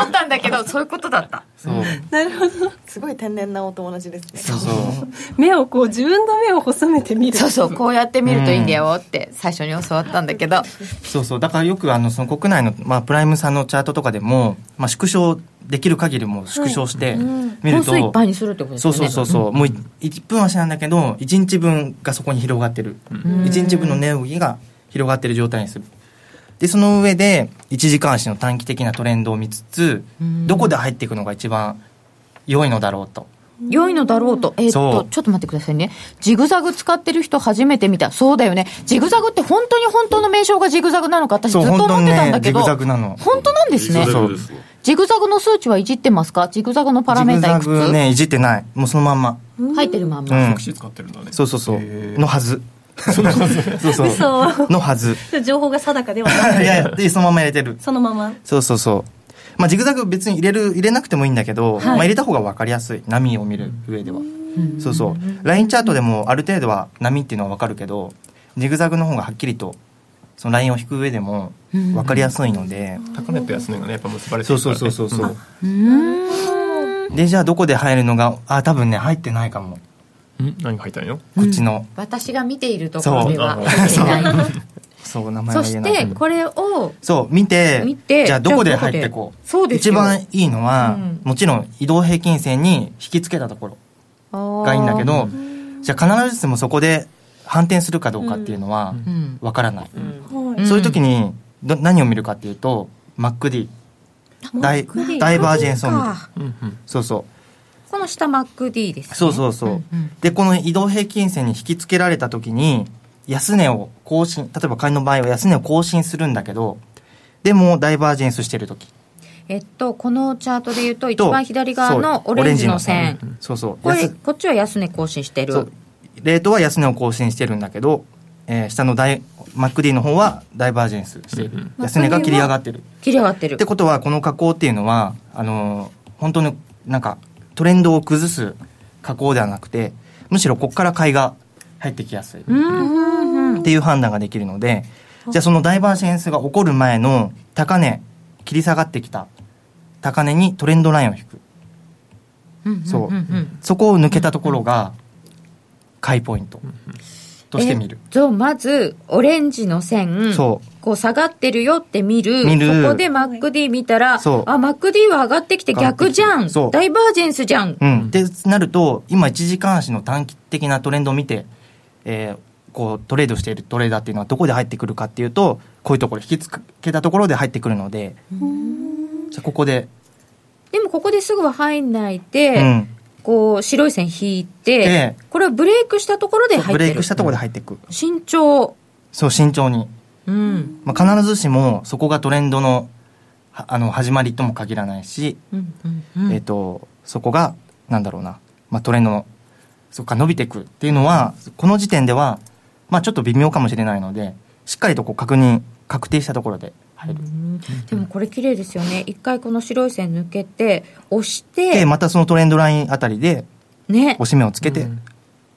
[SPEAKER 1] 思ったんだけどそういうことだった
[SPEAKER 5] そう
[SPEAKER 3] なるほど
[SPEAKER 7] すごい天然なお友達ですね
[SPEAKER 5] そうそう
[SPEAKER 3] 目をこう自分の目を細めて見る
[SPEAKER 1] そうそうこうやって見るといいんだよって最初に教わったんだけど
[SPEAKER 5] そうそうだからよくあのその国内の、まあ、プライムさんのチャートとかでも、まあ、縮小できる限りもう縮小して見ると、
[SPEAKER 1] 本数いっぱいにするってことです
[SPEAKER 5] そ
[SPEAKER 1] よ
[SPEAKER 5] う
[SPEAKER 1] ね
[SPEAKER 5] そうそうそう、もう1分足なんだけど1日分がそこに広がってる、一1日分の値動きが広がってる状態にするでその上で1時間足の短期的なトレンドを見つつ、
[SPEAKER 1] うん
[SPEAKER 5] どこで入っていくのが一番良いのだろうと
[SPEAKER 1] 良いのだろうとえーっ
[SPEAKER 5] そ
[SPEAKER 1] と
[SPEAKER 5] う
[SPEAKER 1] ちょっと待ってくださいねジグザグ使ってる人初めて見たそうだよねジグザグって本当に本当の名称がジグザグなのか私ずっと思ってたんだけ
[SPEAKER 5] ジ
[SPEAKER 1] ど
[SPEAKER 5] グザグなの
[SPEAKER 1] 本当なんですね
[SPEAKER 2] ジグザグですね
[SPEAKER 1] ジグザグの数値はいじってますかジグザグのパラメータいく
[SPEAKER 5] ジグザグ
[SPEAKER 1] つ、
[SPEAKER 5] ねいじってないもうそのまんま、
[SPEAKER 1] 入ってるまん
[SPEAKER 5] う
[SPEAKER 1] ま、
[SPEAKER 5] ん
[SPEAKER 4] ク、シー使ってるんだね
[SPEAKER 5] そうそうそう
[SPEAKER 4] へー
[SPEAKER 5] のはず そうそう
[SPEAKER 3] 嘘
[SPEAKER 5] のはず
[SPEAKER 3] 情報が定かではいない
[SPEAKER 5] やいやでそのまま入れてる
[SPEAKER 3] そのまま
[SPEAKER 5] そうそうそう。まあ、ジグザグ別に入れる、入れなくてもいいんだけど、
[SPEAKER 1] い
[SPEAKER 5] まあ、入れた方が分かりやすい。波を見る上では。そうそう。ラインチャートでもある程度は波っていうのは分かるけど、ジグザグの方がはっきりと、そのラインを引く上でも分かりやすいので、
[SPEAKER 4] 高値と安値がねやっぱ結ばれて
[SPEAKER 5] そう
[SPEAKER 4] るから、ね、
[SPEAKER 5] そうそうそうそう。
[SPEAKER 1] うん
[SPEAKER 5] で、じゃあどこで入るのが、あ、多分ね、入ってないかも。
[SPEAKER 4] ん何が入ったんよ
[SPEAKER 5] こっちの。
[SPEAKER 1] 私が見ているところでは
[SPEAKER 4] そう
[SPEAKER 1] 入ってない
[SPEAKER 5] そう、名前
[SPEAKER 1] そ
[SPEAKER 5] は
[SPEAKER 1] し
[SPEAKER 5] 言えな
[SPEAKER 1] て
[SPEAKER 5] い。
[SPEAKER 1] これを
[SPEAKER 5] そう、見て、
[SPEAKER 1] 見て
[SPEAKER 5] じゃあどこ
[SPEAKER 1] じゃ
[SPEAKER 5] で
[SPEAKER 1] あどこ
[SPEAKER 5] 入
[SPEAKER 1] で
[SPEAKER 5] ってこう。
[SPEAKER 1] そうです
[SPEAKER 5] 一
[SPEAKER 1] よ
[SPEAKER 5] 番いいのは、
[SPEAKER 1] うん
[SPEAKER 5] もちろん移動平均線に引き付けたところ。
[SPEAKER 1] が
[SPEAKER 5] がいいんだけどじゃあ必ずしもそこで反転するかどうかっていうのは
[SPEAKER 1] うん
[SPEAKER 5] わからない、
[SPEAKER 3] は
[SPEAKER 1] ん
[SPEAKER 5] そういう時にど何を見るかっていうと MacD ダイダイバージェンスを見る
[SPEAKER 4] うんうん
[SPEAKER 5] そうそう
[SPEAKER 1] この下 MacD ですね
[SPEAKER 5] そうそうそう、
[SPEAKER 1] うん
[SPEAKER 5] でこの移動平均線に引き付けられた時に安値を更新例えば買いの場合は安値を更新するんだけどでもダイバージェンスしてる時
[SPEAKER 1] えっとこのチャートで言うと一
[SPEAKER 5] と
[SPEAKER 1] 番左側の
[SPEAKER 5] そう
[SPEAKER 1] オレンジの線
[SPEAKER 5] オレンジのそうそう
[SPEAKER 1] これ
[SPEAKER 5] 安
[SPEAKER 1] こっちは安値更新して
[SPEAKER 5] そ
[SPEAKER 1] る
[SPEAKER 5] うレートは安値を更新してるんだけど、えー下のダイ MacD の方はダイバージェンスしている、安値が切り上がってる
[SPEAKER 1] 切り上がってる
[SPEAKER 5] ってことはこの加工っていうのはあの本当になんかトレンドを崩す加工ではなくてむしろここから買いが入ってきやすいっ
[SPEAKER 1] うんうんうん
[SPEAKER 5] ていう判断ができるのでじゃあそのダイバージェンスが起こる前の高値切り下がってきた高値にトレンドラインを引く
[SPEAKER 1] うん
[SPEAKER 5] そうん
[SPEAKER 1] ん
[SPEAKER 5] そこを抜けたところが買いポイントとして見る
[SPEAKER 1] えっとまずオレンジの線
[SPEAKER 5] そう
[SPEAKER 1] こう下がってるよって見る
[SPEAKER 5] 見る
[SPEAKER 1] そこで MacD 見たらあ
[SPEAKER 5] そう
[SPEAKER 1] MacD は上がってきて逆じゃん
[SPEAKER 5] そう
[SPEAKER 1] ダイバージェンスじゃん
[SPEAKER 5] うん、ってなると今1時間足の短期的なトレンドを見て、えーこうトレードしているトレーダーっていうのはどこで入ってくるかっていうとこういうところ引き付けたところで入ってくるのでじゃあここで、
[SPEAKER 1] でもここですぐは入んないで、
[SPEAKER 5] うん、
[SPEAKER 1] こう白い線引いて
[SPEAKER 5] で
[SPEAKER 1] これはブレイクしたところで入ってる
[SPEAKER 5] ブレイクしたところで入っていく、
[SPEAKER 1] 慎重
[SPEAKER 5] そう慎重に、
[SPEAKER 1] うん
[SPEAKER 5] まあ、必ずしもそこがトレンドのはあの始まりとも限らないし、
[SPEAKER 1] うんうんうん
[SPEAKER 5] えー、とそこがなんだろうな、まあ、トレンドのそこから伸びていくっていうのはこの時点では、まあ、ちょっと微妙かもしれないのでしっかりとこう確認確定したところで入る、
[SPEAKER 1] でもこれ綺麗ですよね一回この白い線抜けて押し
[SPEAKER 5] で
[SPEAKER 1] て
[SPEAKER 5] またそのトレンドラインあたりで
[SPEAKER 1] ね
[SPEAKER 5] 押し目をつけて
[SPEAKER 4] うん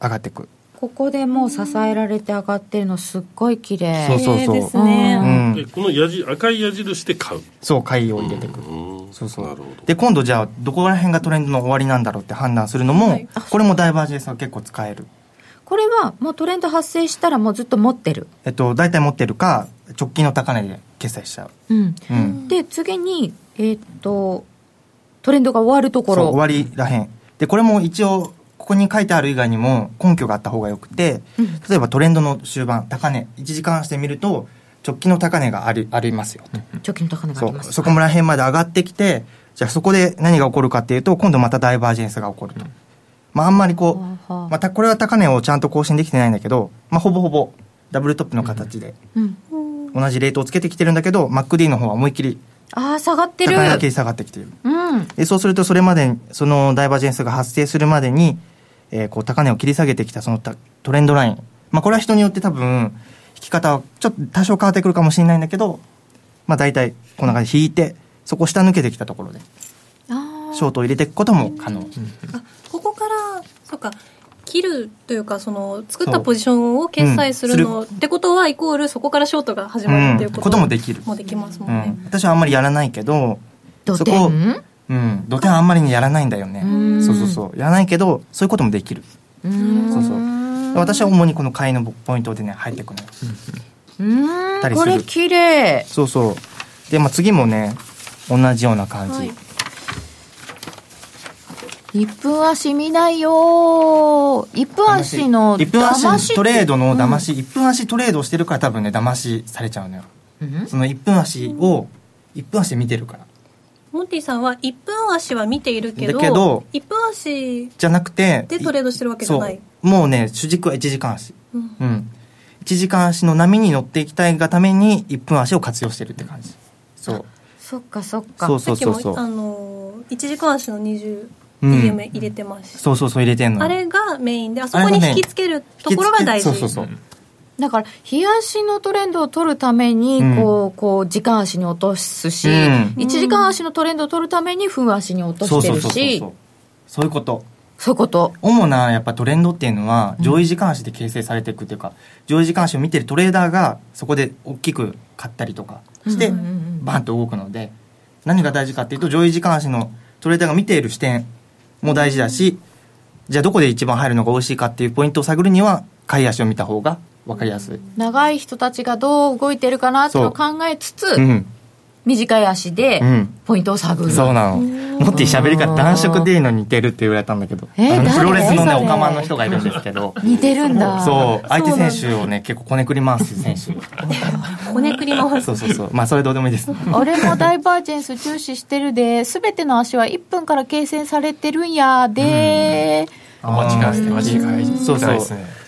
[SPEAKER 5] 上がっていく、
[SPEAKER 1] ここでもう支えられて上がってるのすっごい綺麗
[SPEAKER 5] そうそうそ
[SPEAKER 3] 綺
[SPEAKER 5] う
[SPEAKER 3] 麗ですね、
[SPEAKER 1] う
[SPEAKER 5] うん
[SPEAKER 2] で
[SPEAKER 5] ん、
[SPEAKER 2] この矢印赤い矢印で買う
[SPEAKER 5] そう貝を入れてくる、
[SPEAKER 2] うん
[SPEAKER 5] そうそう
[SPEAKER 2] なるほど
[SPEAKER 5] で今度じゃあどこら辺がトレンドの終わりなんだろうって判断するのも、
[SPEAKER 3] はい
[SPEAKER 5] これもダイバージェンスは結構使える、
[SPEAKER 1] これはもうトレンド発生したらもうずっと持ってる、
[SPEAKER 5] えっと、大体持ってるか直近の高値で決済しちゃう、
[SPEAKER 1] うん、
[SPEAKER 5] うん、
[SPEAKER 1] で次にえーっとトレンドが終わるとこ
[SPEAKER 5] そう
[SPEAKER 1] ろ
[SPEAKER 5] 終わりらへんでこれも一応ここに書いてある以外にも根拠があった方がよくて、
[SPEAKER 1] うん
[SPEAKER 5] 例えばトレンドの終盤高値1時間足で見ると直近の高値がありありますよと、
[SPEAKER 1] 直近の高値があ
[SPEAKER 5] そ
[SPEAKER 1] りま
[SPEAKER 5] う
[SPEAKER 1] す
[SPEAKER 5] そこら辺まで上がってきてじゃあそこで何が起こるかっていうと今度またダイバージェンスが起こると、まああんまり
[SPEAKER 1] は
[SPEAKER 5] こう
[SPEAKER 1] あはあ
[SPEAKER 5] またこれは高値をちゃんと更新できてないんだけど、まあ、ほぼほぼダブルトップの形で
[SPEAKER 1] うん、
[SPEAKER 5] 同じレートをつけてきてるんだけど MacD の方は思いっきり
[SPEAKER 1] ああ下がって
[SPEAKER 5] 高
[SPEAKER 1] る
[SPEAKER 5] 値だけ下がってきている
[SPEAKER 1] うん
[SPEAKER 5] でそうするとそれまでにそのダイバージェンスが発生するまでに、えーこう高値を切り下げてきたそのたトレンドライン、まあ、これは人によって多分引き方はちょっと多少変わってくるかもしれないんだけど、まあ、大体こんな感じで引いてそこ下抜けてきたところで
[SPEAKER 1] あ
[SPEAKER 5] ショートを入れていくことも可能、
[SPEAKER 3] あここからそっか切るというかその作ったポジションを決済するの、
[SPEAKER 5] うん
[SPEAKER 3] ってことはイコールそこからショートが始まるっていうこと,、
[SPEAKER 5] うんこともできる
[SPEAKER 3] もできますも
[SPEAKER 5] うん
[SPEAKER 3] ね、
[SPEAKER 5] ん、私はあんまりやらないけど
[SPEAKER 1] ド
[SPEAKER 5] そこを
[SPEAKER 1] テ
[SPEAKER 5] うん土手はあんまりにやらないんだよね
[SPEAKER 1] うん
[SPEAKER 5] そうそうそうやらないけどそういうこともできる
[SPEAKER 1] ン
[SPEAKER 5] そうそう私は主にこの買いのポイントでね入ってくるの
[SPEAKER 1] うーん
[SPEAKER 5] たり
[SPEAKER 1] こ
[SPEAKER 5] する
[SPEAKER 1] れ綺麗
[SPEAKER 5] そうそうで、まあ、次もね同じような感じ、
[SPEAKER 3] はい
[SPEAKER 1] 一分足見ないよー一分足の
[SPEAKER 5] 一分
[SPEAKER 1] 騙
[SPEAKER 5] 足
[SPEAKER 1] し
[SPEAKER 5] トレードの騙
[SPEAKER 1] し、
[SPEAKER 5] し、一分足トレードをしてるから多分ね騙しされちゃうのよ
[SPEAKER 1] うん
[SPEAKER 5] その一分足を一分足で見てるから
[SPEAKER 3] モンティさんは1分足は見ているけど
[SPEAKER 5] だけど
[SPEAKER 3] 1分足
[SPEAKER 5] じゃなくて
[SPEAKER 3] でトレードしてるわけじゃない
[SPEAKER 5] そうもうね主軸は1時間足
[SPEAKER 3] うん
[SPEAKER 5] うん1時間足の波に乗っていきたいがために1分足を活用してるって感じそう
[SPEAKER 1] そっかそっか
[SPEAKER 5] そうそうそう
[SPEAKER 3] さ
[SPEAKER 5] そ
[SPEAKER 3] っきもあ
[SPEAKER 5] う
[SPEAKER 3] の1時間足の 20DM
[SPEAKER 5] うん
[SPEAKER 3] 入れてました、
[SPEAKER 5] そうそうそう入れてんの
[SPEAKER 3] あれがメインであそこに引きつけるところが大事
[SPEAKER 5] そうそうそう
[SPEAKER 1] だから日足のトレンドを取るために
[SPEAKER 5] うん
[SPEAKER 1] こう、こう時間足に落とすし、
[SPEAKER 5] うん
[SPEAKER 1] 一時間足のトレンドを取るために分足に落と
[SPEAKER 5] そう
[SPEAKER 1] して
[SPEAKER 5] そう
[SPEAKER 1] る
[SPEAKER 5] そうそう
[SPEAKER 1] し
[SPEAKER 5] そうそういうこと
[SPEAKER 1] そういうこと
[SPEAKER 5] 主なやっぱトレンドっていうのは上位時間足で形成されていくというか、上位時間足を見てるトレーダーがそこで大きく買ったりとかして
[SPEAKER 1] うんうんうん
[SPEAKER 5] バンと動くので何が大事かっていうと上位時間足のトレーダーが見ている視点も大事だしじゃあどこで一番入るのが美味しいかっていうポイントを探るには買い足を見た方が分かりやすい、
[SPEAKER 1] 長い人たちがどう動いてるかなっていうのを考えつつ、
[SPEAKER 5] うん、
[SPEAKER 1] 短い足で
[SPEAKER 5] うん
[SPEAKER 1] ポイントを探る、
[SPEAKER 5] そうなのノッティ喋り方男色デイの似てるって言われたんだけど、
[SPEAKER 1] え
[SPEAKER 5] あの
[SPEAKER 1] 誰
[SPEAKER 5] プロレスのね
[SPEAKER 1] それ
[SPEAKER 5] おかまの人がいるんですけど
[SPEAKER 1] 似てるんだ
[SPEAKER 5] そう相手選手をね結構こねくり回す 選手
[SPEAKER 3] こねくり回す
[SPEAKER 5] そうそうそう。まあ、それどうでもいいです。
[SPEAKER 1] 俺もダイバージェンス重視してるで全ての足は1分から計算されてるんやで、
[SPEAKER 4] お間違えて間違えて
[SPEAKER 5] そうそう。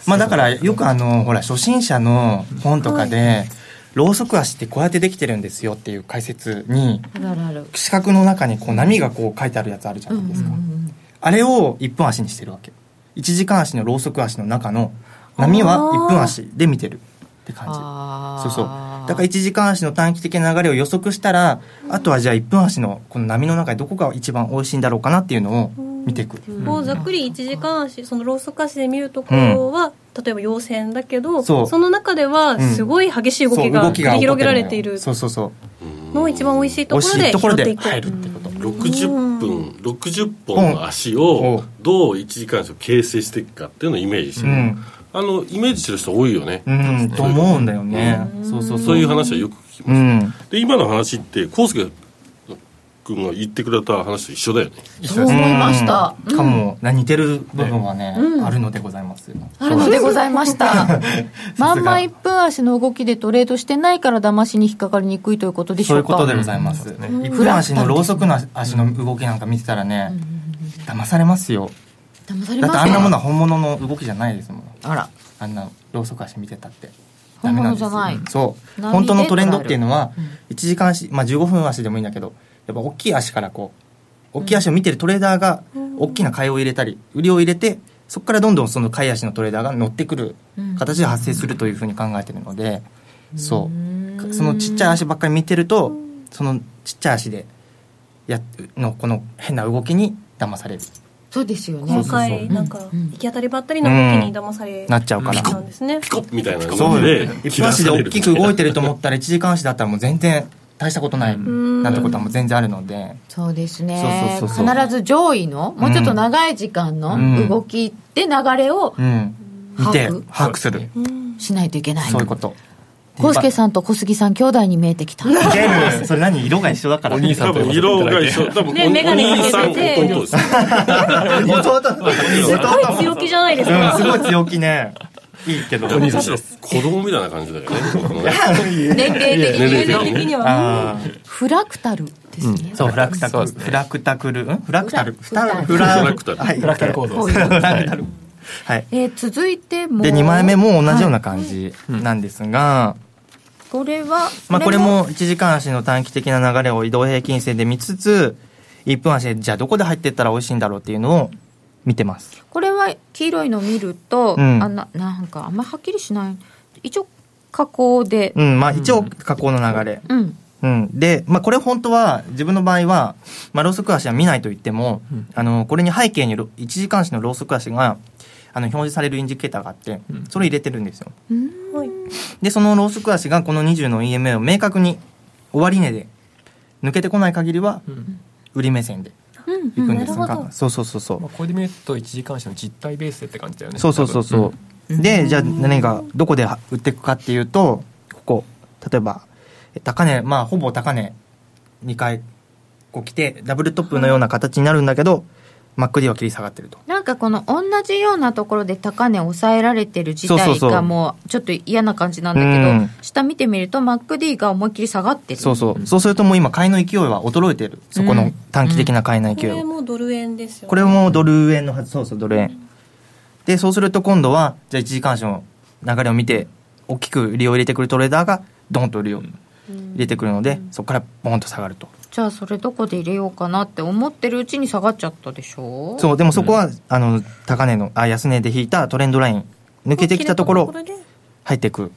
[SPEAKER 5] まあ、だから、よくあの、ほら、初心者の本とかで、ロウソク足ってこうやってできてるんですよっていう解説に、
[SPEAKER 1] あるある
[SPEAKER 5] 四角の中にこう波がこう書いてあるやつあるじゃないですか。あれを1分足にしてるわけ。1時間足のロウソク足の中の波は1分足で見てるって感じ。
[SPEAKER 1] あ
[SPEAKER 5] そ
[SPEAKER 1] ー
[SPEAKER 5] うそう。だから1時間足の短期的な流れを予測したら、あとはじゃあ1分足のこの波の中でどこが一番美味しいんだろうかなっていうのを見ていく。
[SPEAKER 3] をざっくり1時間足そのローソク足で見るところは、例えば陽線だけど
[SPEAKER 5] そ
[SPEAKER 3] そ
[SPEAKER 5] う
[SPEAKER 3] の中では
[SPEAKER 5] うん
[SPEAKER 3] すごい激しい動
[SPEAKER 5] そう
[SPEAKER 3] きが
[SPEAKER 5] 動きが
[SPEAKER 3] 繰り
[SPEAKER 5] 起
[SPEAKER 3] 広
[SPEAKER 5] こって
[SPEAKER 3] げ
[SPEAKER 5] る
[SPEAKER 3] ら
[SPEAKER 5] の
[SPEAKER 3] れ
[SPEAKER 5] よ
[SPEAKER 3] ている
[SPEAKER 5] そうそうそう
[SPEAKER 3] のを一番美味しいところ
[SPEAKER 5] 美味しいところ
[SPEAKER 3] で拾
[SPEAKER 5] で
[SPEAKER 3] ってい
[SPEAKER 5] 入る
[SPEAKER 3] く
[SPEAKER 5] ってこと
[SPEAKER 2] 60分60本の足をどう1時間足を形成していくかっていうのをイメージして
[SPEAKER 5] う
[SPEAKER 2] る、
[SPEAKER 5] ん、
[SPEAKER 2] あのイメージしてる人多いよね、
[SPEAKER 5] うん、と思うんだよねそうそうそ
[SPEAKER 2] そう
[SPEAKER 5] う
[SPEAKER 2] いう話はよく聞き
[SPEAKER 5] う
[SPEAKER 2] ます、
[SPEAKER 5] ん
[SPEAKER 2] で今の話って康介君が言ってくれた話と一緒だよね
[SPEAKER 1] そう思いました、
[SPEAKER 5] うんかも、な似てる部分はね、
[SPEAKER 1] うん
[SPEAKER 5] あるのでございますよ
[SPEAKER 1] あるのでございました。まんま1分足の動きでトレードしてないから騙しに引っかかりにくいということでし
[SPEAKER 5] そう
[SPEAKER 1] ょ
[SPEAKER 5] いううこ
[SPEAKER 1] か。
[SPEAKER 5] とでございます、
[SPEAKER 4] うん
[SPEAKER 5] 一分足のろうそくの足の動きなんか見てたらね、騙されますよ
[SPEAKER 1] 騙され
[SPEAKER 5] だ
[SPEAKER 1] ま
[SPEAKER 5] って
[SPEAKER 1] す
[SPEAKER 5] あんなも
[SPEAKER 1] よ。
[SPEAKER 5] のは本物の動きじゃないですもん
[SPEAKER 1] あら。
[SPEAKER 5] あんなろうそく足見てたって
[SPEAKER 1] 本物
[SPEAKER 5] ダメんです
[SPEAKER 1] じゃない
[SPEAKER 5] そう
[SPEAKER 1] 波で
[SPEAKER 5] 本当のトレンドっていうのは
[SPEAKER 1] 捉える
[SPEAKER 5] 1時間足、まあ、15分足でもいいんだけどやっぱ大きい足からこう大きい足を見てるトレーダーが大きな買いを入れたり売りを入れてそこからどんどんその買い足のトレーダーが乗ってくる
[SPEAKER 1] うん
[SPEAKER 5] 形で発生するというふうに考えてるのでそうそのちっちゃい足ばっかり見てるとそのちっちゃい足でやっのこの変な動きに騙される
[SPEAKER 1] そうですよね
[SPEAKER 3] 今回なんか行き当たりばったりの動きに騙され
[SPEAKER 5] なっちゃうから
[SPEAKER 3] なんですね。
[SPEAKER 2] ピコッみたいな
[SPEAKER 5] そ
[SPEAKER 2] 感
[SPEAKER 5] う
[SPEAKER 2] じで
[SPEAKER 5] 一発で大きく動いて
[SPEAKER 2] る
[SPEAKER 5] ると思った ら一時間足だったらもう全然大したことない
[SPEAKER 3] ん
[SPEAKER 5] なんてことはもう全然あるので
[SPEAKER 1] そうですね
[SPEAKER 5] そうそうそうそう
[SPEAKER 1] 必ず上位のもうちょっと長い時間
[SPEAKER 5] うん
[SPEAKER 1] の動きで流れを
[SPEAKER 5] うん見て
[SPEAKER 1] 把握
[SPEAKER 5] 把握する
[SPEAKER 3] うん
[SPEAKER 1] しないといけない
[SPEAKER 5] そういうこと
[SPEAKER 1] 康介さんと小杉さん兄弟に見えてきた
[SPEAKER 5] ゲームそれ何色が一緒だから
[SPEAKER 4] お兄
[SPEAKER 2] 多
[SPEAKER 4] さん と呼
[SPEAKER 2] 分
[SPEAKER 4] ばせてい
[SPEAKER 2] 色
[SPEAKER 4] た
[SPEAKER 2] が一
[SPEAKER 4] だいて
[SPEAKER 2] 緒多分
[SPEAKER 3] ね
[SPEAKER 2] お
[SPEAKER 3] 眼鏡かけ
[SPEAKER 2] 兄
[SPEAKER 3] てて
[SPEAKER 2] さん弟です
[SPEAKER 5] 弟
[SPEAKER 3] すごい強気じゃないです
[SPEAKER 5] うんす
[SPEAKER 3] か。
[SPEAKER 5] ごい強気ねいいけど
[SPEAKER 2] むしろ子供みたいな感じだよね僕のね
[SPEAKER 1] 年齢的に
[SPEAKER 3] 年齢的には。
[SPEAKER 5] あー
[SPEAKER 1] フラクタルですね、
[SPEAKER 5] そうフラクタ
[SPEAKER 4] そうで
[SPEAKER 5] ク
[SPEAKER 4] すね
[SPEAKER 5] フラクタクルんフラクタル
[SPEAKER 1] フラ
[SPEAKER 5] フラ
[SPEAKER 2] フラクタル
[SPEAKER 5] はい
[SPEAKER 4] フラクタル構造
[SPEAKER 5] フラクタルはい
[SPEAKER 1] えー続いても
[SPEAKER 5] で2枚目も同じよう
[SPEAKER 1] は
[SPEAKER 5] な感じなんですが、
[SPEAKER 1] いこれは
[SPEAKER 5] まあ、これも1時間足の短期的な流れを移動平均線で見つつ1分足でじゃあどこで入ってったら美味しいんだろうっていうのを見てます
[SPEAKER 1] これは黄色いの見ると、
[SPEAKER 5] うん
[SPEAKER 1] あななんかあんまはっきりしない一応加工で
[SPEAKER 5] うんまあ一応加工の流れ、
[SPEAKER 1] うん、
[SPEAKER 5] うん、で、まあ、これ本当は自分の場合は、まあ、ローソク足は見ないと言っても、
[SPEAKER 4] うん
[SPEAKER 5] あのこれに背景に1時間足のローソク足があの表示されるインジケーターがあって
[SPEAKER 4] うん
[SPEAKER 5] それ入れてるんですよ
[SPEAKER 3] はい
[SPEAKER 5] でそのローソク足がこの20の EMA を明確に終値で抜けてこない限りは
[SPEAKER 4] うん
[SPEAKER 5] 売り目線で
[SPEAKER 1] うん
[SPEAKER 5] いくんです
[SPEAKER 3] なるほ
[SPEAKER 5] が、
[SPEAKER 3] ど
[SPEAKER 5] そうそうそうそう
[SPEAKER 4] まあ、これで見ると1時間足の実態ベースでって感じだよね
[SPEAKER 5] そうそうそうそう、でじゃあ何がどこで売っていくかっていうとここ例えばえ高値まあほぼ高値2回こう来てダブルトップのような形になるんだけど、マック d は切り下がってると
[SPEAKER 1] なんかこの同じようなところで高値抑えられてる事
[SPEAKER 5] そう
[SPEAKER 1] 態
[SPEAKER 5] そうそう
[SPEAKER 1] がもうちょっと嫌な感じなんだけど
[SPEAKER 5] うん
[SPEAKER 1] 下見てみると MacD が思いっきり下がってる
[SPEAKER 5] そうそうそうするともう今買いの勢いは衰えてるそこの短期的な買いの
[SPEAKER 3] こ
[SPEAKER 5] 勢いは、
[SPEAKER 3] れもドル円ですよね。
[SPEAKER 5] これもドル円のはずそうそうドル円でそうすると今度はじゃあ1時間足の流れを見て大きく売りを入れてくるトレーダーがドンと売りを入れてくるので、そこからボンと下がると
[SPEAKER 1] じゃあそれどこで入れようかなって思ってるうちに下がっちゃったでしょ
[SPEAKER 5] そうでもそこは、あの高値のあ安値で引いたトレンドライン抜けてきたところ
[SPEAKER 3] れで
[SPEAKER 5] 入ってくっ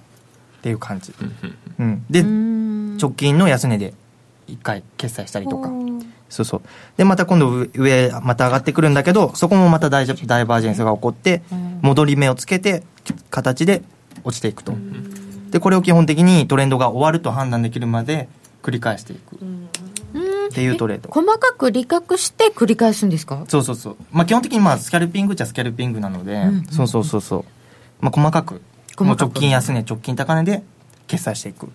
[SPEAKER 5] ていう感じ、
[SPEAKER 4] うんうん
[SPEAKER 5] うん、で
[SPEAKER 1] うーん
[SPEAKER 5] 直近の安値で1回決済したりとか
[SPEAKER 3] うん
[SPEAKER 5] そうそうでまた今度上上また上がってくるんだけどそこもまたダイジャダイバージェンスが起こって
[SPEAKER 1] うん
[SPEAKER 5] 戻り目をつけて形で落ちていくとでこれを基本的にトレンドが終わると判断できるまで繰り返していくっていうトレード
[SPEAKER 1] 細かく理覚して繰り返すんですか
[SPEAKER 5] そうそうそう、まあ、基本的にまあスキャルピングっちゃスキャルピングなので、
[SPEAKER 1] ん
[SPEAKER 5] そうそうそうそう、まあ、細かくも
[SPEAKER 1] 細か
[SPEAKER 5] う
[SPEAKER 1] く
[SPEAKER 5] 直近安値直近高値で決済していく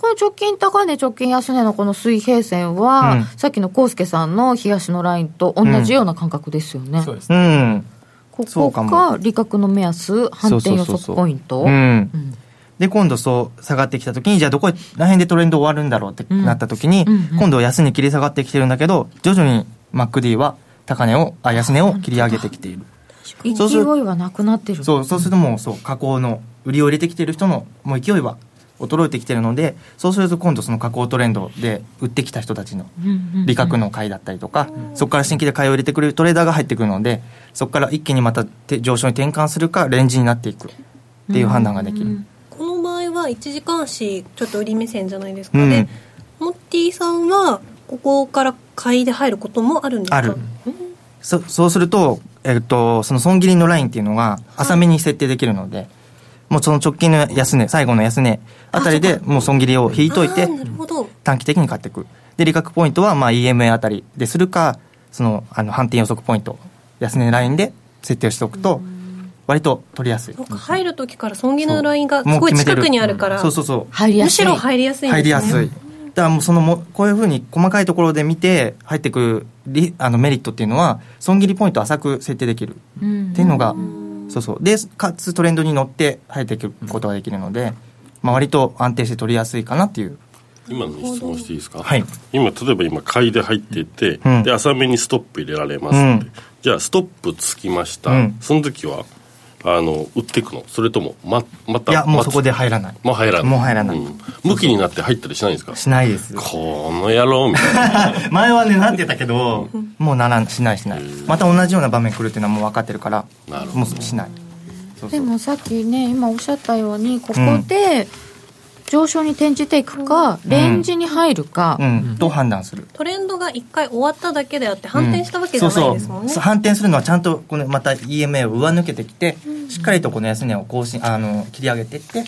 [SPEAKER 1] この直近高値直近安値のこの水平線は、
[SPEAKER 5] うん
[SPEAKER 1] さっきの康介さんの東のラインと同じような感覚ですよね、
[SPEAKER 4] そうです
[SPEAKER 5] う
[SPEAKER 4] ね
[SPEAKER 5] ん
[SPEAKER 1] こ
[SPEAKER 5] そ
[SPEAKER 1] こ
[SPEAKER 5] うかも
[SPEAKER 1] が利確の目安反
[SPEAKER 5] そう
[SPEAKER 1] 転
[SPEAKER 5] そう
[SPEAKER 1] 予
[SPEAKER 5] そうそ
[SPEAKER 1] 測
[SPEAKER 5] う
[SPEAKER 1] ポイント
[SPEAKER 5] うん
[SPEAKER 1] うん
[SPEAKER 5] で今度そう下がってきた時にじゃあどこら辺でトレンド終わるんだろうってなった時に、
[SPEAKER 1] うんうんうん
[SPEAKER 5] 今度安値切り下がってきてるんだけど徐々に MacD は高値をあ安値を切り上げてきているそうす
[SPEAKER 1] 勢い
[SPEAKER 5] る
[SPEAKER 1] はなくなってる
[SPEAKER 5] そうそうするともうそう加工の売りを入れてきてる人のもう勢いは衰えてきてるのでそうすると今度その加工トレンドで売ってきた人たちの
[SPEAKER 1] うんうんうん
[SPEAKER 5] 利確の買いだったりとか、そこから新規で買いを入れてくれるトレーダーが入ってくるのでそこから一気にまたて上昇に転換するかレンジになっていくっていう判断ができる、
[SPEAKER 3] この場合は1時間足ちょっと売り目線じゃないですか、
[SPEAKER 5] うん
[SPEAKER 3] でモッティさんはここから買いで入ることもあるんですか
[SPEAKER 5] あるそそうすると,、えっとその損切りのラインっていうのが浅めに設定できるので、もうその直近の安値最後の安値あたりでもう損切りを引いといて
[SPEAKER 3] あーなるほど
[SPEAKER 5] 短期的に買っていくで利確ポイントはまあ EMA あたりでするかそのあの反転予測ポイント安値ラインで設定をしておくと割と取りやすい
[SPEAKER 3] そうか入る時から損切りのラインがすごい近くにあるから
[SPEAKER 5] そうそうそう
[SPEAKER 1] 入りや
[SPEAKER 3] む
[SPEAKER 1] す
[SPEAKER 3] し
[SPEAKER 1] い
[SPEAKER 3] ろ入りやすいんです、ね、
[SPEAKER 5] 入りやすいだからもうそのもこういうふうに細かいところで見て入ってくるリあのメリットっていうのは損切りポイントを浅く設定できる
[SPEAKER 1] うん
[SPEAKER 5] っていうのがそうそうでかつトレンドに乗って入ってくることができるので、まあ、割と安定して取りやすいかなっていう
[SPEAKER 2] 今の質問していいですか、
[SPEAKER 5] はい
[SPEAKER 2] 今例えば今買いで入ってて、
[SPEAKER 5] うん
[SPEAKER 2] で浅めにストップ入れられますって、
[SPEAKER 5] うん
[SPEAKER 2] じゃあストップつきました、
[SPEAKER 5] うん
[SPEAKER 2] その時はあの売っていくのそれともままた
[SPEAKER 5] いやもうそこで
[SPEAKER 2] 待
[SPEAKER 5] 入らない
[SPEAKER 2] つもう入らない
[SPEAKER 5] もう入らない
[SPEAKER 2] ん向きになって入ったりしないんですか
[SPEAKER 5] しないです
[SPEAKER 2] この野郎みたいな
[SPEAKER 5] 前はねなってたけどもうならんしないしないまた同じような場面来るっていうのはもう分かってるから
[SPEAKER 2] なるほど
[SPEAKER 5] もうしないそうそう
[SPEAKER 1] でもさっきね今おっしゃったようにここで、上昇に転じていくか、
[SPEAKER 5] ん
[SPEAKER 1] レンジに入るか、
[SPEAKER 5] うん、と判断する。
[SPEAKER 3] トレンドが1回終わっただけであって反転したわけじゃないですもん
[SPEAKER 5] そう
[SPEAKER 3] ね
[SPEAKER 5] そう。反転するのはちゃんとこのまた EMA を上抜けてきて、しっかりとこの安値を更新あの切り上げていって、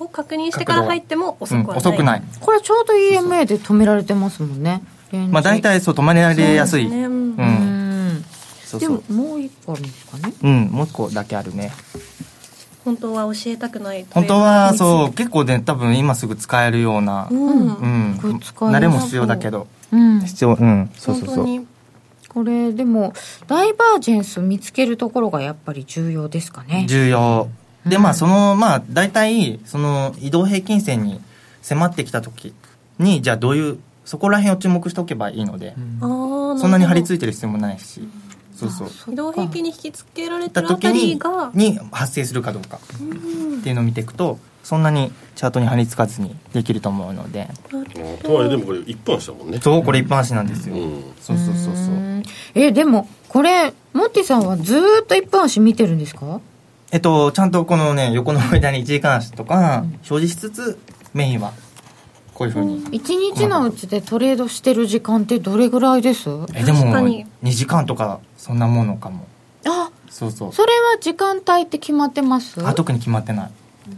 [SPEAKER 3] を確認してから入っても遅
[SPEAKER 5] うん
[SPEAKER 3] くはない,、
[SPEAKER 5] 遅くない。
[SPEAKER 1] これちょうど EMA で止められてますもんねレンジ
[SPEAKER 5] まあ大体そう止まれられやすい。
[SPEAKER 3] ねう
[SPEAKER 5] うんん。
[SPEAKER 1] うん
[SPEAKER 5] そう
[SPEAKER 1] で
[SPEAKER 5] そ
[SPEAKER 1] も
[SPEAKER 5] う。
[SPEAKER 1] もう一個あるんですかね
[SPEAKER 5] うん、もう一個だけあるね。
[SPEAKER 3] 本当は教えたくない
[SPEAKER 5] 本当はそう結構ね多分今すぐ使えるような、
[SPEAKER 3] う、ん
[SPEAKER 5] う
[SPEAKER 3] 本
[SPEAKER 5] ん、
[SPEAKER 1] これ使える
[SPEAKER 5] 慣れも必要だけど
[SPEAKER 1] うん
[SPEAKER 5] 必要うんそうそう
[SPEAKER 3] 当
[SPEAKER 5] そう
[SPEAKER 3] に
[SPEAKER 1] これでもダイバージェンス見つけるところがやっぱり重要ですかね
[SPEAKER 5] 重要で
[SPEAKER 1] うん
[SPEAKER 5] まあそのまあ大体その移動平均線に迫ってきた時にじゃあどういうそこら辺を注目しておけばいいので、
[SPEAKER 3] あー
[SPEAKER 5] そんなに張り
[SPEAKER 3] る
[SPEAKER 5] 付いてる必要もないしそうそう
[SPEAKER 3] ほど移動平均に引き付けられ
[SPEAKER 5] ってた
[SPEAKER 3] るあ
[SPEAKER 5] 時
[SPEAKER 3] たり
[SPEAKER 5] に
[SPEAKER 3] が
[SPEAKER 5] に発生するかどうかっていうのを見ていくとそんなにチャートに張り付かずにできると思うので
[SPEAKER 2] あとはいえでもこれ一本したもんね
[SPEAKER 5] そうこれ一般足なんですよ、
[SPEAKER 2] うん
[SPEAKER 5] そうそうそうそう
[SPEAKER 1] うんえでもこれモッティさんはずーっと一分足見てるんですか
[SPEAKER 5] えっと、ちゃんとこのね、横の間に一時間足とか、表示しつつ、メインは、こういうふうに。
[SPEAKER 1] 一日のうちでトレードしてる時間ってどれぐらいです
[SPEAKER 5] え、でも、
[SPEAKER 3] 確かに
[SPEAKER 5] 2時間とか、そんなものかも。
[SPEAKER 1] あ
[SPEAKER 5] そうそう。
[SPEAKER 1] それは時間帯って決まってます
[SPEAKER 5] あ、特に決まってない。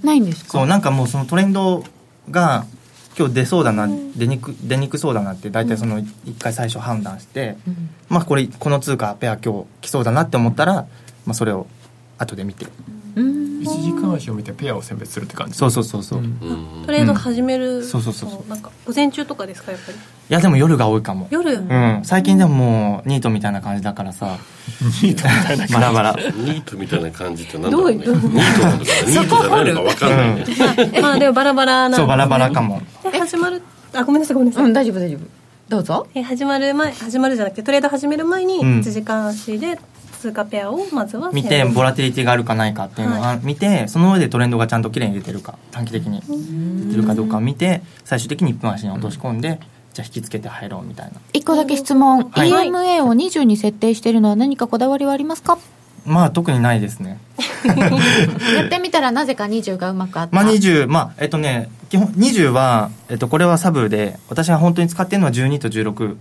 [SPEAKER 1] ないんですか
[SPEAKER 5] そう、なんかもうそのトレンドが、今日出そうだな、出にく、出にくそうだなって、大体その、一回最初判断して、
[SPEAKER 1] うん
[SPEAKER 5] まあ、これ、この通貨、ペア今日来そうだなって思ったら、まあ、それを、後で見て。
[SPEAKER 1] うん
[SPEAKER 4] 一時間足を見てペアを選別するって感じ
[SPEAKER 5] そうそうそうそう。
[SPEAKER 4] ん
[SPEAKER 5] い
[SPEAKER 2] うん
[SPEAKER 3] トレード始める、
[SPEAKER 5] そうそうそうそう
[SPEAKER 3] なんか午前中とかですかやっぱり
[SPEAKER 5] や、でも夜が多いかも。
[SPEAKER 3] 夜、
[SPEAKER 5] うん、最近でももうニートみたいな感じだからさ ニートみたいな感じ バラバラ
[SPEAKER 2] ニートみたいな感じってなんだろうねニー
[SPEAKER 3] ど
[SPEAKER 2] ト
[SPEAKER 3] うい
[SPEAKER 2] な
[SPEAKER 3] う
[SPEAKER 2] のかニートじゃないのか分かんないね
[SPEAKER 3] まあでもバラバラな
[SPEAKER 5] そうバラバラかも
[SPEAKER 3] で始まるあごめんなさいごめんなさい、
[SPEAKER 1] うん大丈夫大丈夫どうぞ
[SPEAKER 3] えー始まる前始まるじゃなくてトレード始める前に
[SPEAKER 5] うん
[SPEAKER 3] 1時間足で通貨ペアをまずは
[SPEAKER 5] 見てボラティリティがあるかないかっていうのを
[SPEAKER 3] は
[SPEAKER 5] 見てその上でトレンドがちゃんときれいに出てるか短期的に出てるかどうかを見て最終的に1分足に落とし込んで、じゃあ引きつけて入ろうみたいな
[SPEAKER 1] 一個だけ質問、
[SPEAKER 5] はい
[SPEAKER 1] EMA を20に設定してるのは何かこだわりはありますか
[SPEAKER 5] まあ特にないですね
[SPEAKER 1] やってみたらなぜか20がうまくあった、
[SPEAKER 5] まあ20まあえっとね基本20は、えっと、これはサブで私が本当に使ってるのは12と16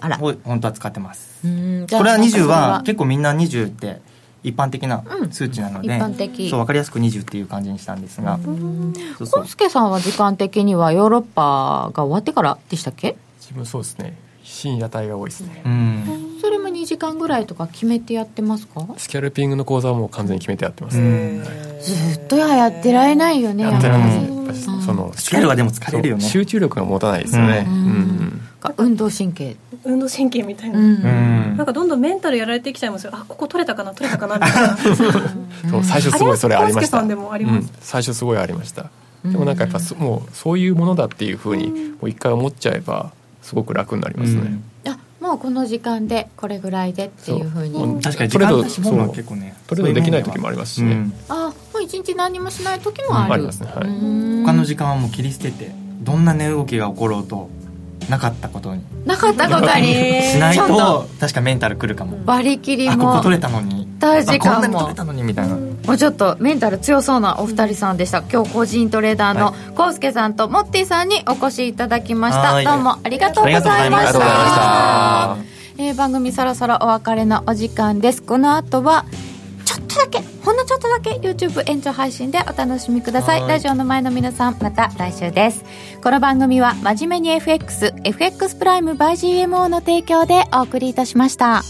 [SPEAKER 1] あら
[SPEAKER 5] を本当は使ってます
[SPEAKER 1] うんじゃあ
[SPEAKER 5] これは
[SPEAKER 1] なんかそ
[SPEAKER 5] 20は結構みんな20って一般的な
[SPEAKER 1] うん
[SPEAKER 5] 数値なの
[SPEAKER 1] 一
[SPEAKER 5] で、
[SPEAKER 1] 般的
[SPEAKER 5] そう分かりやすく20っていう感じにしたんですが、そうそ
[SPEAKER 1] コ
[SPEAKER 5] う
[SPEAKER 1] ンスケさんは時間的にはヨーロッパが終わってからでしたっけ
[SPEAKER 4] 自分そうですね深夜帯が多いですね
[SPEAKER 5] うん、
[SPEAKER 1] それも2時間ぐらいとか決めてやってますか
[SPEAKER 4] スキャルピングの講座はもう完全に決めてやってます、
[SPEAKER 5] うん、
[SPEAKER 1] ずっとやってられないよね
[SPEAKER 4] やってられな
[SPEAKER 1] な
[SPEAKER 4] いやっぱり
[SPEAKER 1] うん
[SPEAKER 4] その
[SPEAKER 5] スキャルはでも疲れるよね
[SPEAKER 4] そう集中力が持たないですよね、
[SPEAKER 5] う
[SPEAKER 4] うん
[SPEAKER 1] ん
[SPEAKER 4] うん
[SPEAKER 1] んか運動神経
[SPEAKER 3] 運動神経みたいな、
[SPEAKER 5] う
[SPEAKER 3] なん
[SPEAKER 5] ん、
[SPEAKER 3] かどんどんメンタルやられてきちゃいますよあここ取れたかな取れたかなみたいな
[SPEAKER 4] そう最初すごいそれありました
[SPEAKER 3] あれは康介さんでもあります
[SPEAKER 4] うん最初すごいありましたでもなんかやっぱそもうそういうものだっていうふうにもう一回思っちゃえばすごく楽になりますね、
[SPEAKER 1] あもうこの時間でこれぐらいでっていうふう
[SPEAKER 4] そう
[SPEAKER 1] に
[SPEAKER 5] 確かに
[SPEAKER 4] ト
[SPEAKER 5] 時
[SPEAKER 4] レー
[SPEAKER 5] 間
[SPEAKER 4] ド
[SPEAKER 5] の絞るのは結構ね
[SPEAKER 4] トレードできない時もありますしね、
[SPEAKER 1] あもう一日何もしない時もある
[SPEAKER 4] ありますねはい
[SPEAKER 5] うん、他の
[SPEAKER 1] の
[SPEAKER 5] 時間はもう切り捨ててどんな値動きが起ころうとなかったことに
[SPEAKER 1] なかったことに
[SPEAKER 5] しない
[SPEAKER 1] ちょっ
[SPEAKER 5] と確かメンタルくるかも、
[SPEAKER 1] 割り切り
[SPEAKER 5] あここ
[SPEAKER 1] も
[SPEAKER 5] 取れたのに
[SPEAKER 1] 大事かも
[SPEAKER 5] あこんなに取れたのにみたいな、
[SPEAKER 1] もうちょっとメンタル強そうなお二人さんでした今日個人トレーダーのコウスケさんとモッティさんにお越しいただきました
[SPEAKER 5] はい
[SPEAKER 1] どうもありがとうござい
[SPEAKER 5] あ
[SPEAKER 1] ま
[SPEAKER 5] りが
[SPEAKER 1] し
[SPEAKER 5] とうございました
[SPEAKER 1] たえー番組そろそろお別れのお時間ですこの後はちょっとだけほんのちょっとだけ YouTube 延長配信でお楽しみください
[SPEAKER 5] はい
[SPEAKER 1] ラジオの前の皆さんまた来週ですこの番組は真面目に FXFX プライム by GMO の提供でお送りいたしました